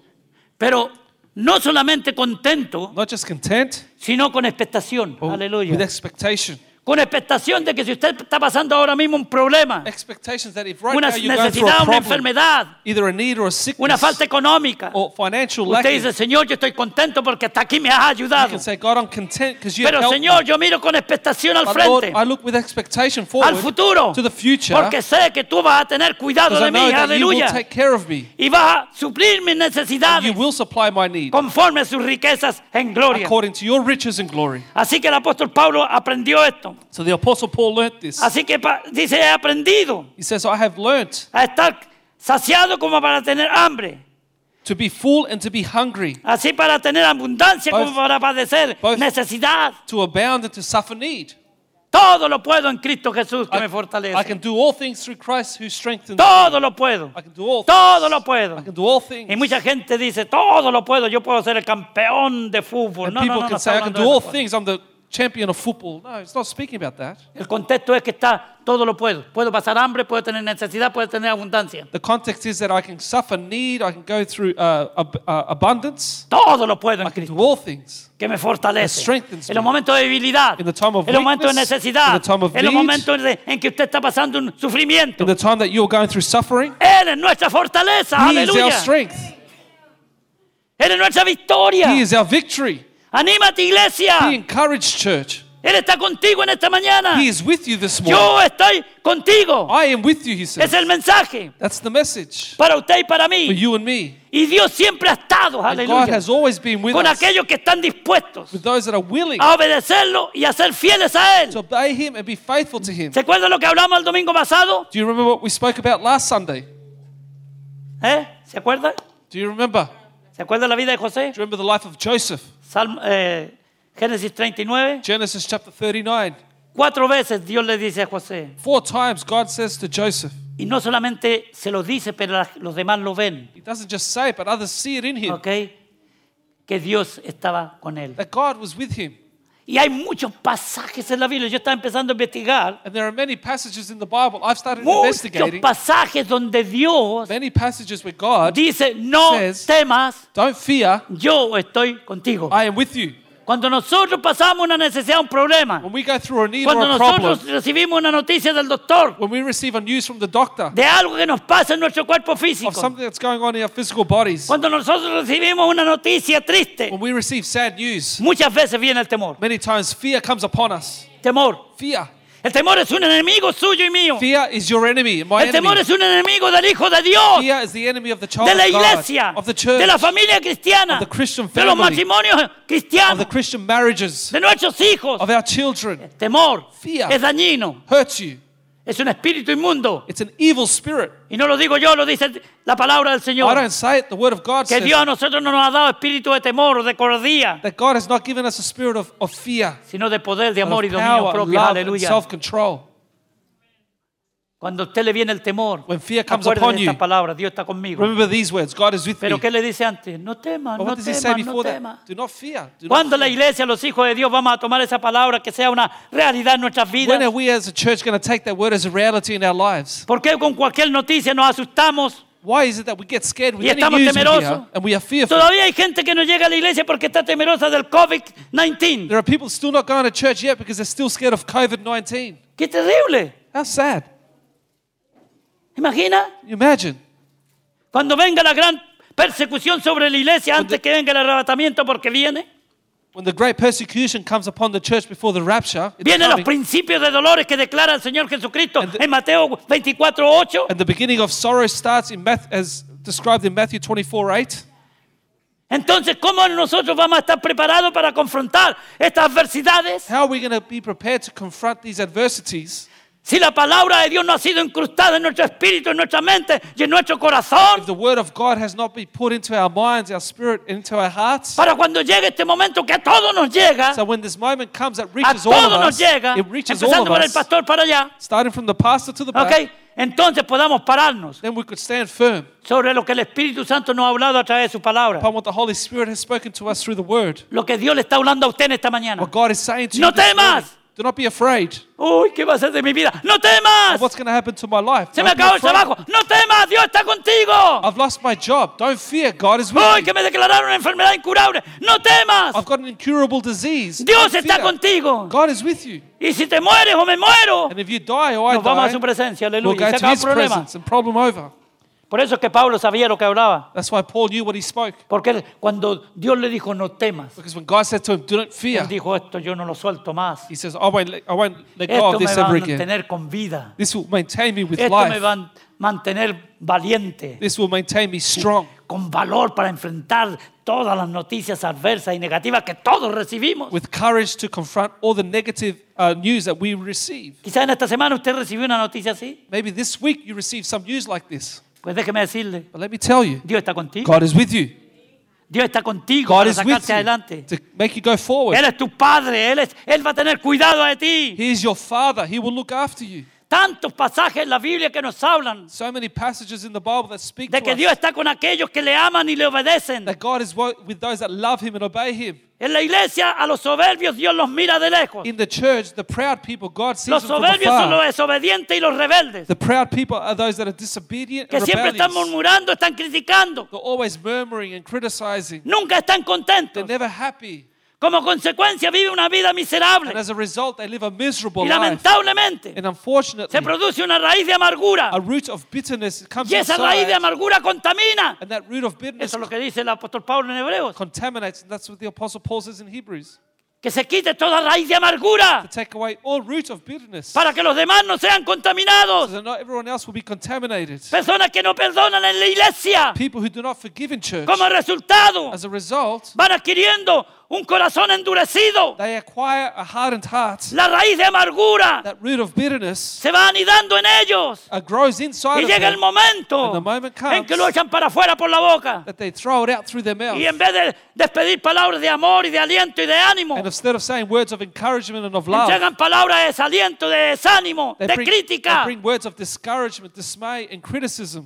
Speaker 2: Pero no solamente contento,
Speaker 3: Not just content,
Speaker 2: sino con expectación.
Speaker 3: but Oh, with
Speaker 2: Aleluya.
Speaker 3: expectation.
Speaker 2: Con expectación de que si usted está pasando ahora mismo un problema,
Speaker 3: Expectations that if right
Speaker 2: una
Speaker 3: now you're going through
Speaker 2: necesidad, una
Speaker 3: a problem,
Speaker 2: enfermedad,
Speaker 3: either a need or a sickness
Speaker 2: una falta económica,
Speaker 3: or financial
Speaker 2: usted
Speaker 3: Oh, lacking,
Speaker 2: dice, Señor, yo estoy contento porque hasta aquí me has
Speaker 3: you
Speaker 2: ayudado.
Speaker 3: can say, God, I'm content because you have
Speaker 2: Pero
Speaker 3: helped me.
Speaker 2: Señor, yo miro con expectación al
Speaker 3: But Lord,
Speaker 2: frente.
Speaker 3: I look with expectation forward
Speaker 2: al futuro.
Speaker 3: to the future
Speaker 2: Porque sé que tú vas a tener cuidado
Speaker 3: because
Speaker 2: de
Speaker 3: I know
Speaker 2: mí,
Speaker 3: that you will
Speaker 2: aleluya.
Speaker 3: take care of me.
Speaker 2: Y vas a suplir mis
Speaker 3: You
Speaker 2: necesidades
Speaker 3: will supply my need
Speaker 2: conforme a sus riquezas en gloria.
Speaker 3: according to your riches and glory.
Speaker 2: Así que el apóstol Pablo aprendió esto.
Speaker 3: So the Apostle Paul learnt this.
Speaker 2: Así que pa- dice, he aprendido
Speaker 3: He says, I have learnt
Speaker 2: a estar saciado como para tener hambre.
Speaker 3: to be full and to be hungry,
Speaker 2: Así para tener abundancia
Speaker 3: Both-
Speaker 2: como para padecer
Speaker 3: both-
Speaker 2: necesidad.
Speaker 3: to abound and to suffer need.
Speaker 2: Todo lo puedo en Cristo Jesús que
Speaker 3: I,
Speaker 2: me fortalece.
Speaker 3: I can do all things through Christ who strengthens me.
Speaker 2: todo lo puedo.
Speaker 3: I can do all
Speaker 2: Todo
Speaker 3: things.
Speaker 2: lo puedo.
Speaker 3: I can do all things.
Speaker 2: Y mucha gente dice, todo lo puedo, yo puedo ser el campeón de fútbol.
Speaker 3: and
Speaker 2: No,
Speaker 3: people
Speaker 2: no, no, no
Speaker 3: can
Speaker 2: está
Speaker 3: say, I can
Speaker 2: hablando
Speaker 3: do
Speaker 2: de
Speaker 3: all
Speaker 2: eso.
Speaker 3: things. I'm the champion of football. No, it's not speaking about that.
Speaker 2: El contexto es que está, todo lo puedo. Puedo pasar hambre, puedo tener necesidad, puedo tener abundancia.
Speaker 3: The context is that I can suffer need, I can go through uh, ab- uh, abundance,
Speaker 2: Todo lo puedo en
Speaker 3: I can
Speaker 2: Cristo,
Speaker 3: do all things.
Speaker 2: que me fortalece.
Speaker 3: strengthens
Speaker 2: En los
Speaker 3: me.
Speaker 2: momentos de debilidad,
Speaker 3: In the time of
Speaker 2: en los momentos de
Speaker 3: weakness,
Speaker 2: necesidad,
Speaker 3: in the time of
Speaker 2: en los
Speaker 3: need,
Speaker 2: momentos de- en que usted está pasando un sufrimiento.
Speaker 3: In the time that you're going through suffering,
Speaker 2: Él es nuestra fortaleza,
Speaker 3: He is our
Speaker 2: aleluya.
Speaker 3: strength.
Speaker 2: Él es nuestra victoria.
Speaker 3: He is our victory.
Speaker 2: Anímate, iglesia.
Speaker 3: Be encouraged, church.
Speaker 2: Él está contigo en esta mañana.
Speaker 3: He is with you this morning.
Speaker 2: Yo estoy contigo.
Speaker 3: I am with you, he
Speaker 2: Es
Speaker 3: says.
Speaker 2: el mensaje
Speaker 3: That's the message
Speaker 2: para usted y para
Speaker 3: for
Speaker 2: mí.
Speaker 3: you and me.
Speaker 2: Y Dios siempre ha estado,
Speaker 3: And God
Speaker 2: aleluya,
Speaker 3: has always been with
Speaker 2: con Ah.
Speaker 3: us,
Speaker 2: aquellos que están dispuestos
Speaker 3: with those that are willing
Speaker 2: a obedecerlo y a ser fieles a
Speaker 3: to
Speaker 2: Él.
Speaker 3: obey him and be faithful to him.
Speaker 2: ¿Se acuerdan lo que hablamos el domingo pasado?
Speaker 3: Do you remember what we spoke about last Sunday?
Speaker 2: ¿Eh? ¿Se acuerdan?
Speaker 3: Do you remember? Do
Speaker 2: ¿Se acuerdan la vida de José?
Speaker 3: you remember the life of Joseph?
Speaker 2: Salmo- eh, Génesis 39.
Speaker 3: Genesis chapter 39.
Speaker 2: Cuatro veces Dios le dice a José.
Speaker 3: Four times God says to Joseph,
Speaker 2: Y no solamente se lo dice, pero la- los demás lo ven.
Speaker 3: He doesn't just say it, but others see it in him,
Speaker 2: ¿Ok? Que Dios estaba con él.
Speaker 3: that God was with him.
Speaker 2: Y hay muchos pasajes en la Biblia. Yo estaba empezando a investigar.
Speaker 3: And there are many passages in the Bible I've started
Speaker 2: Muchos
Speaker 3: investigating.
Speaker 2: pasajes donde Dios
Speaker 3: Many passages where God
Speaker 2: dice, no
Speaker 3: says-
Speaker 2: temas,
Speaker 3: don't fear,
Speaker 2: yo estoy contigo.
Speaker 3: I am with you.
Speaker 2: Cuando nosotros pasamos una necesidad, un problema,
Speaker 3: When we go through a need or
Speaker 2: cuando
Speaker 3: a problem,
Speaker 2: nosotros recibimos una noticia del doctor
Speaker 3: when we receive a news from the doctor
Speaker 2: de algo que nos pasa en nuestro cuerpo
Speaker 3: of
Speaker 2: físico,
Speaker 3: something that's going on in our physical bodies,
Speaker 2: cuando nosotros recibimos una noticia triste,
Speaker 3: when we receive sad news,
Speaker 2: muchas veces viene el temor.
Speaker 3: many times fear comes upon us.
Speaker 2: Temor.
Speaker 3: Fear.
Speaker 2: El temor es un enemigo suyo y mío.
Speaker 3: Fear is your enemy, my
Speaker 2: El temor
Speaker 3: enemy.
Speaker 2: es un enemigo del Hijo de Dios,
Speaker 3: Fear is the enemy of the child
Speaker 2: de la
Speaker 3: of God,
Speaker 2: iglesia,
Speaker 3: of the
Speaker 2: de
Speaker 3: church,
Speaker 2: la familia cristiana,
Speaker 3: of the Christian
Speaker 2: de los
Speaker 3: family,
Speaker 2: matrimonios
Speaker 3: of the
Speaker 2: cristianos,
Speaker 3: Christian marriages,
Speaker 2: de nuestros hijos.
Speaker 3: of our children.
Speaker 2: Temor
Speaker 3: Fear.
Speaker 2: es dañino,
Speaker 3: Hurts you.
Speaker 2: es un espíritu inmundo.
Speaker 3: It's an evil spirit.
Speaker 2: Y no lo digo yo, lo dice la palabra del
Speaker 3: I
Speaker 2: Señor.
Speaker 3: don't say it. The word of God
Speaker 2: Que
Speaker 3: says
Speaker 2: Dios a nosotros no nos ha dado espíritu de temor o de cordía,
Speaker 3: that God has not given us a spirit of, of fear,
Speaker 2: sino de poder, de
Speaker 3: but
Speaker 2: amor y
Speaker 3: of
Speaker 2: dominio
Speaker 3: power,
Speaker 2: propio.
Speaker 3: love, and
Speaker 2: Aleluya.
Speaker 3: self-control.
Speaker 2: Cuando a usted le viene el temor,
Speaker 3: When fear comes upon
Speaker 2: acuérdese de
Speaker 3: you.
Speaker 2: esta palabra, Dios está conmigo.
Speaker 3: Remember these words. God is with
Speaker 2: Pero
Speaker 3: me.
Speaker 2: ¿qué le dice antes? No temas,
Speaker 3: But
Speaker 2: no
Speaker 3: what does he say
Speaker 2: temas, no
Speaker 3: before
Speaker 2: temas.
Speaker 3: that? Do not fear. Do not
Speaker 2: ¿Cuándo la
Speaker 3: fear.
Speaker 2: iglesia, los hijos de Dios, vamos a tomar esa palabra que sea una realidad en nuestras
Speaker 3: When are
Speaker 2: vidas?
Speaker 3: we as a church going to take that word as a reality in our lives?
Speaker 2: ¿Por qué con cualquier noticia nos asustamos?
Speaker 3: Why is it that we get scared with
Speaker 2: Y
Speaker 3: any
Speaker 2: estamos
Speaker 3: news we
Speaker 2: temerosos.
Speaker 3: hear and we are fearful?
Speaker 2: Todavía hay gente que no llega a la iglesia porque está temerosa del COVID-19.
Speaker 3: There are people still not going to church yet because they're still scared of COVID-19.
Speaker 2: ¡Qué terrible!
Speaker 3: How sad.
Speaker 2: ¿Imagina?
Speaker 3: Can you imagine?
Speaker 2: Cuando venga la gran persecución sobre la iglesia antes que venga el arrebatamiento porque viene.
Speaker 3: When the great persecution comes upon the church before the rapture, it's
Speaker 2: Vienen los
Speaker 3: coming,
Speaker 2: principios de dolores que declara el Señor Jesucristo
Speaker 3: And the-
Speaker 2: en Mateo 24:8.
Speaker 3: and the beginning of sorrow starts in Math, as described in Matthew 24, 8.
Speaker 2: Entonces, ¿cómo nosotros vamos a estar preparados para confrontar estas adversidades
Speaker 3: How are we going to be prepared to confront these adversities
Speaker 2: si la palabra de Dios no ha sido incrustada en nuestro espíritu, en nuestra mente y en nuestro
Speaker 3: if
Speaker 2: corazón?
Speaker 3: the word of God has not been put into our minds, our spirit, into our hearts?
Speaker 2: Para cuando llegue este momento que a todos nos llega,
Speaker 3: So when this moment comes that
Speaker 2: a
Speaker 3: reaches all
Speaker 2: todos
Speaker 3: of
Speaker 2: nos
Speaker 3: us,
Speaker 2: llega,
Speaker 3: it reaches all
Speaker 2: empezando
Speaker 3: of
Speaker 2: por el
Speaker 3: us,
Speaker 2: pastor para allá,
Speaker 3: starting from the pastor to the back,
Speaker 2: ¿ok? Entonces podamos pararnos
Speaker 3: then we could stand firm
Speaker 2: sobre lo que el Espíritu Santo nos ha hablado a través de su palabra,
Speaker 3: upon what the Holy Spirit has spoken to us through the word.
Speaker 2: lo que Dios le está hablando a usted en esta mañana.
Speaker 3: What God is saying to
Speaker 2: No
Speaker 3: you this
Speaker 2: temas.
Speaker 3: morning. Do not be afraid
Speaker 2: Uy, ¿qué va a ser de mi vida? ¡No
Speaker 3: of
Speaker 2: temas!
Speaker 3: what's going to happen to my life.
Speaker 2: Se
Speaker 3: Don't
Speaker 2: me
Speaker 3: be
Speaker 2: acabó el
Speaker 3: afraid.
Speaker 2: trabajo. ¡No temas! Dios está contigo.
Speaker 3: I've lost my job. Don't fear. God is with
Speaker 2: ¡Uy,
Speaker 3: me.
Speaker 2: que me declararon una enfermedad incurable! ¡No temas!
Speaker 3: I've got an incurable disease.
Speaker 2: Dios
Speaker 3: Don't
Speaker 2: está
Speaker 3: fear.
Speaker 2: contigo.
Speaker 3: God is with you.
Speaker 2: Y si te mueres o me muero,
Speaker 3: And if you die or I
Speaker 2: nos vamos a su
Speaker 3: die,
Speaker 2: presencia.
Speaker 3: we'll
Speaker 2: Aleluya.
Speaker 3: go
Speaker 2: Se
Speaker 3: to
Speaker 2: acaba el
Speaker 3: His
Speaker 2: problema.
Speaker 3: presence and problem over.
Speaker 2: Por eso es que Pablo sabía lo que hablaba.
Speaker 3: That's why Paul knew what he spoke.
Speaker 2: Porque él, cuando Dios le dijo no temas,
Speaker 3: Because when God said to him, do not fear,
Speaker 2: él dijo esto yo no lo suelto más.
Speaker 3: he says, I won't let, I won't let go
Speaker 2: Esto
Speaker 3: of
Speaker 2: me
Speaker 3: this
Speaker 2: va a
Speaker 3: ever again.
Speaker 2: mantener con vida.
Speaker 3: This will maintain me with
Speaker 2: Esto me va
Speaker 3: life.
Speaker 2: a mantener valiente.
Speaker 3: This will maintain me strong.
Speaker 2: con valor para enfrentar todas las noticias adversas y negativas que todos recibimos.
Speaker 3: With courage to confront all the negative uh, news that we receive.
Speaker 2: Quizás en esta semana usted recibió una noticia así.
Speaker 3: Maybe this week you receive some news like this.
Speaker 2: Pues déjeme decirle,
Speaker 3: But let me tell you,
Speaker 2: Dios está contigo.
Speaker 3: God is with you.
Speaker 2: Dios está contigo
Speaker 3: God
Speaker 2: para
Speaker 3: is with
Speaker 2: sacarte
Speaker 3: you
Speaker 2: adelante.
Speaker 3: to make you go forward.
Speaker 2: Él es tu padre, él, es, él va a tener cuidado de ti.
Speaker 3: He is your father. He will look after you.
Speaker 2: Tantos pasajes en la Biblia que nos hablan
Speaker 3: So many passages in the Bible that speak
Speaker 2: de
Speaker 3: to
Speaker 2: que
Speaker 3: us
Speaker 2: Dios está con aquellos que le aman y le obedecen.
Speaker 3: that God is wo- with those that love him and obey him.
Speaker 2: En la iglesia a los soberbios Dios los mira de lejos.
Speaker 3: In the church, the proud people, God sees
Speaker 2: Los
Speaker 3: them from
Speaker 2: soberbios son los
Speaker 3: afar.
Speaker 2: desobedientes y los rebeldes,
Speaker 3: The proud people are those that are disobedient
Speaker 2: que
Speaker 3: and
Speaker 2: siempre
Speaker 3: rebellious.
Speaker 2: están murmurando, están criticando.
Speaker 3: They're always murmuring and criticizing.
Speaker 2: Nunca están contentos.
Speaker 3: They're never happy.
Speaker 2: Como consecuencia vive una vida
Speaker 3: And
Speaker 2: miserable
Speaker 3: as a result, they live a miserable
Speaker 2: y
Speaker 3: life.
Speaker 2: lamentablemente
Speaker 3: And
Speaker 2: se
Speaker 3: unfortunately,
Speaker 2: produce una raíz de amargura
Speaker 3: a root of bitterness comes
Speaker 2: y esa raíz de
Speaker 3: inside.
Speaker 2: amargura contamina.
Speaker 3: And that root of bitterness
Speaker 2: Eso es lo que dice el apóstol Pablo en Hebreos,
Speaker 3: contaminates. And that's what the Apostle Paul says in Hebrews.
Speaker 2: que se quite toda raíz de amargura
Speaker 3: To take away all root of bitterness.
Speaker 2: para que los demás no sean
Speaker 3: So
Speaker 2: contaminados.
Speaker 3: that not everyone else will be contaminated.
Speaker 2: Personas que no perdonan en la iglesia,
Speaker 3: People who do not forgive in church,
Speaker 2: como resultado
Speaker 3: as a result,
Speaker 2: van adquiriendo un corazón endurecido.
Speaker 3: they acquire a hardened heart.
Speaker 2: La raíz de amargura
Speaker 3: That root of bitterness
Speaker 2: se va anidando en ellos
Speaker 3: uh, grows inside
Speaker 2: y
Speaker 3: of
Speaker 2: llega el
Speaker 3: them
Speaker 2: momento
Speaker 3: And the moment comes
Speaker 2: en que lo echan para afuera por la boca.
Speaker 3: that they throw it out through their mouth.
Speaker 2: Y en vez de despedir palabras de amor y de aliento y de ánimo,
Speaker 3: And instead of saying words of encouragement and of love,
Speaker 2: entregan palabras de desaliento, de desánimo,
Speaker 3: they
Speaker 2: de
Speaker 3: bring, they
Speaker 2: crítica,
Speaker 3: bring words of discouragement, dismay, and criticism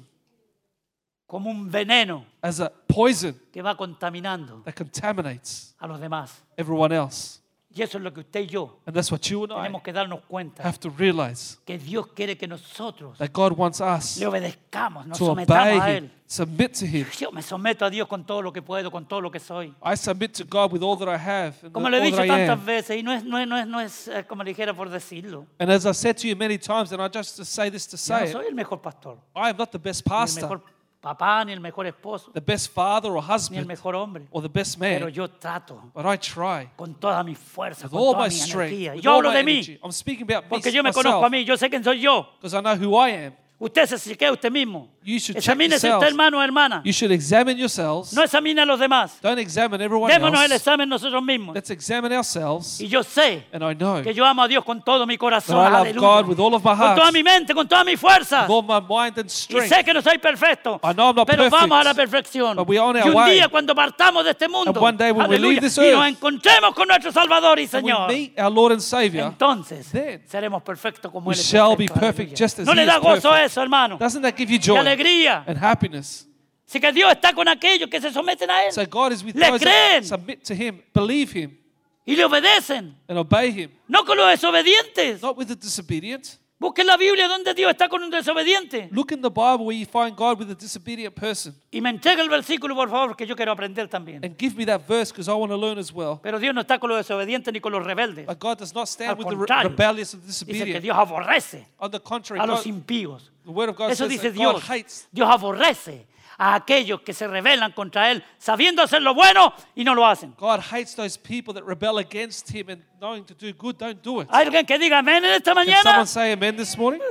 Speaker 2: como un veneno
Speaker 3: as a poison
Speaker 2: que va contaminando
Speaker 3: that contaminates
Speaker 2: a los demás.
Speaker 3: everyone else.
Speaker 2: Y eso es lo que usted y yo
Speaker 3: And that's what you and I
Speaker 2: tenemos que darnos cuenta.
Speaker 3: have to realize
Speaker 2: Que Dios quiere que nosotros
Speaker 3: that God wants us
Speaker 2: le obedezcamos, nos
Speaker 3: to
Speaker 2: sometamos a
Speaker 3: obey Him,
Speaker 2: Él.
Speaker 3: submit to Him.
Speaker 2: Yo me someto a Dios con todo lo que puedo, con todo lo que soy.
Speaker 3: I submit to God with all that I have and
Speaker 2: Como
Speaker 3: all
Speaker 2: le he
Speaker 3: that
Speaker 2: dicho
Speaker 3: I
Speaker 2: tantas
Speaker 3: am.
Speaker 2: veces, y no es, no es, no es, no es eh, como le dijera por decirlo.
Speaker 3: And as I said to you many times, and I just to say this
Speaker 2: Yo
Speaker 3: to
Speaker 2: no
Speaker 3: say it,
Speaker 2: soy el mejor pastor,
Speaker 3: I am not the best
Speaker 2: ni el
Speaker 3: pastor,
Speaker 2: mejor papá, ni el mejor esposo,
Speaker 3: the best father or
Speaker 2: ni el
Speaker 3: husband,
Speaker 2: mejor hombre.
Speaker 3: or the best
Speaker 2: Pero
Speaker 3: man,
Speaker 2: yo trato
Speaker 3: but I try
Speaker 2: con toda mi fuerza,
Speaker 3: with
Speaker 2: con
Speaker 3: all
Speaker 2: toda
Speaker 3: my
Speaker 2: mi
Speaker 3: strength,
Speaker 2: energía.
Speaker 3: with
Speaker 2: Yo
Speaker 3: all
Speaker 2: hablo
Speaker 3: my
Speaker 2: de mí,
Speaker 3: energy. I'm speaking about
Speaker 2: porque yo me
Speaker 3: me-
Speaker 2: conozco a
Speaker 3: myself
Speaker 2: mí, yo sé quién soy yo.
Speaker 3: because I know who I am.
Speaker 2: Usted se chequea usted mismo.
Speaker 3: You should check
Speaker 2: Examínese
Speaker 3: yourselves.
Speaker 2: usted, hermano o hermana.
Speaker 3: You should examine yourselves.
Speaker 2: No examine a los demás.
Speaker 3: Don't examine everyone
Speaker 2: Démonos el
Speaker 3: else.
Speaker 2: examen nosotros mismos.
Speaker 3: Let's examine ourselves.
Speaker 2: Y yo sé
Speaker 3: And I know
Speaker 2: que
Speaker 3: with
Speaker 2: yo amo a Dios con todo mi corazón,
Speaker 3: That I love
Speaker 2: aleluya.
Speaker 3: God with all of my
Speaker 2: con
Speaker 3: heart.
Speaker 2: toda mi mente, con toda mi fuerza.
Speaker 3: all my mind and
Speaker 2: Y
Speaker 3: strength.
Speaker 2: sé que no soy perfecto,
Speaker 3: I know I'm not
Speaker 2: pero vamos
Speaker 3: perfect,
Speaker 2: a la perfección.
Speaker 3: but we're on
Speaker 2: y
Speaker 3: our
Speaker 2: un
Speaker 3: way.
Speaker 2: día cuando partamos de este mundo,
Speaker 3: And one day when we
Speaker 2: aleluya,
Speaker 3: leave this
Speaker 2: y nos
Speaker 3: earth,
Speaker 2: encontremos con nuestro Salvador y
Speaker 3: When we
Speaker 2: Señor,
Speaker 3: meet our Lord and Savior,
Speaker 2: entonces
Speaker 3: then
Speaker 2: seremos perfectos como
Speaker 3: we
Speaker 2: Él es
Speaker 3: shall be
Speaker 2: perfecto,
Speaker 3: perfect
Speaker 2: aleluya.
Speaker 3: just as
Speaker 2: No
Speaker 3: he
Speaker 2: le da
Speaker 3: is
Speaker 2: gozo
Speaker 3: perfect.
Speaker 2: eso, hermano.
Speaker 3: doesn't that give you
Speaker 2: Y
Speaker 3: joy
Speaker 2: alegría.
Speaker 3: and happiness?
Speaker 2: Así que Dios está con aquellos que se someten a Él
Speaker 3: So God is with
Speaker 2: Le
Speaker 3: those that
Speaker 2: creen.
Speaker 3: submit to Him, believe Him,
Speaker 2: y le obedecen.
Speaker 3: and obey Him.
Speaker 2: No con los desobedientes.
Speaker 3: Not with the disobedient.
Speaker 2: Busquen la Biblia donde Dios está con un desobediente.
Speaker 3: Look in the Bible where you find God with a disobedient person.
Speaker 2: Y me entrega el versículo, por favor, que yo quiero aprender también.
Speaker 3: And give me that verse because I want to learn as well.
Speaker 2: Pero Dios no está con los desobedientes ni con los rebeldes.
Speaker 3: But God does not stand
Speaker 2: Al
Speaker 3: with the re-
Speaker 2: contrario,
Speaker 3: rebellious and
Speaker 2: Dice que
Speaker 3: disobedient.
Speaker 2: Dios aborrece
Speaker 3: On the contrary,
Speaker 2: a los
Speaker 3: God,
Speaker 2: impíos.
Speaker 3: the Word of God
Speaker 2: Eso
Speaker 3: says
Speaker 2: dice
Speaker 3: that God
Speaker 2: Dios.
Speaker 3: hates
Speaker 2: Dios aborrece a aquellos que se rebelan contra Él, sabiendo hacer lo bueno y no lo hacen.
Speaker 3: God hates those people that rebel against Him and knowing to do good, don't do it.
Speaker 2: ¿Hay alguien que diga amén en esta
Speaker 3: Can
Speaker 2: mañana?
Speaker 3: someone say amen this morning?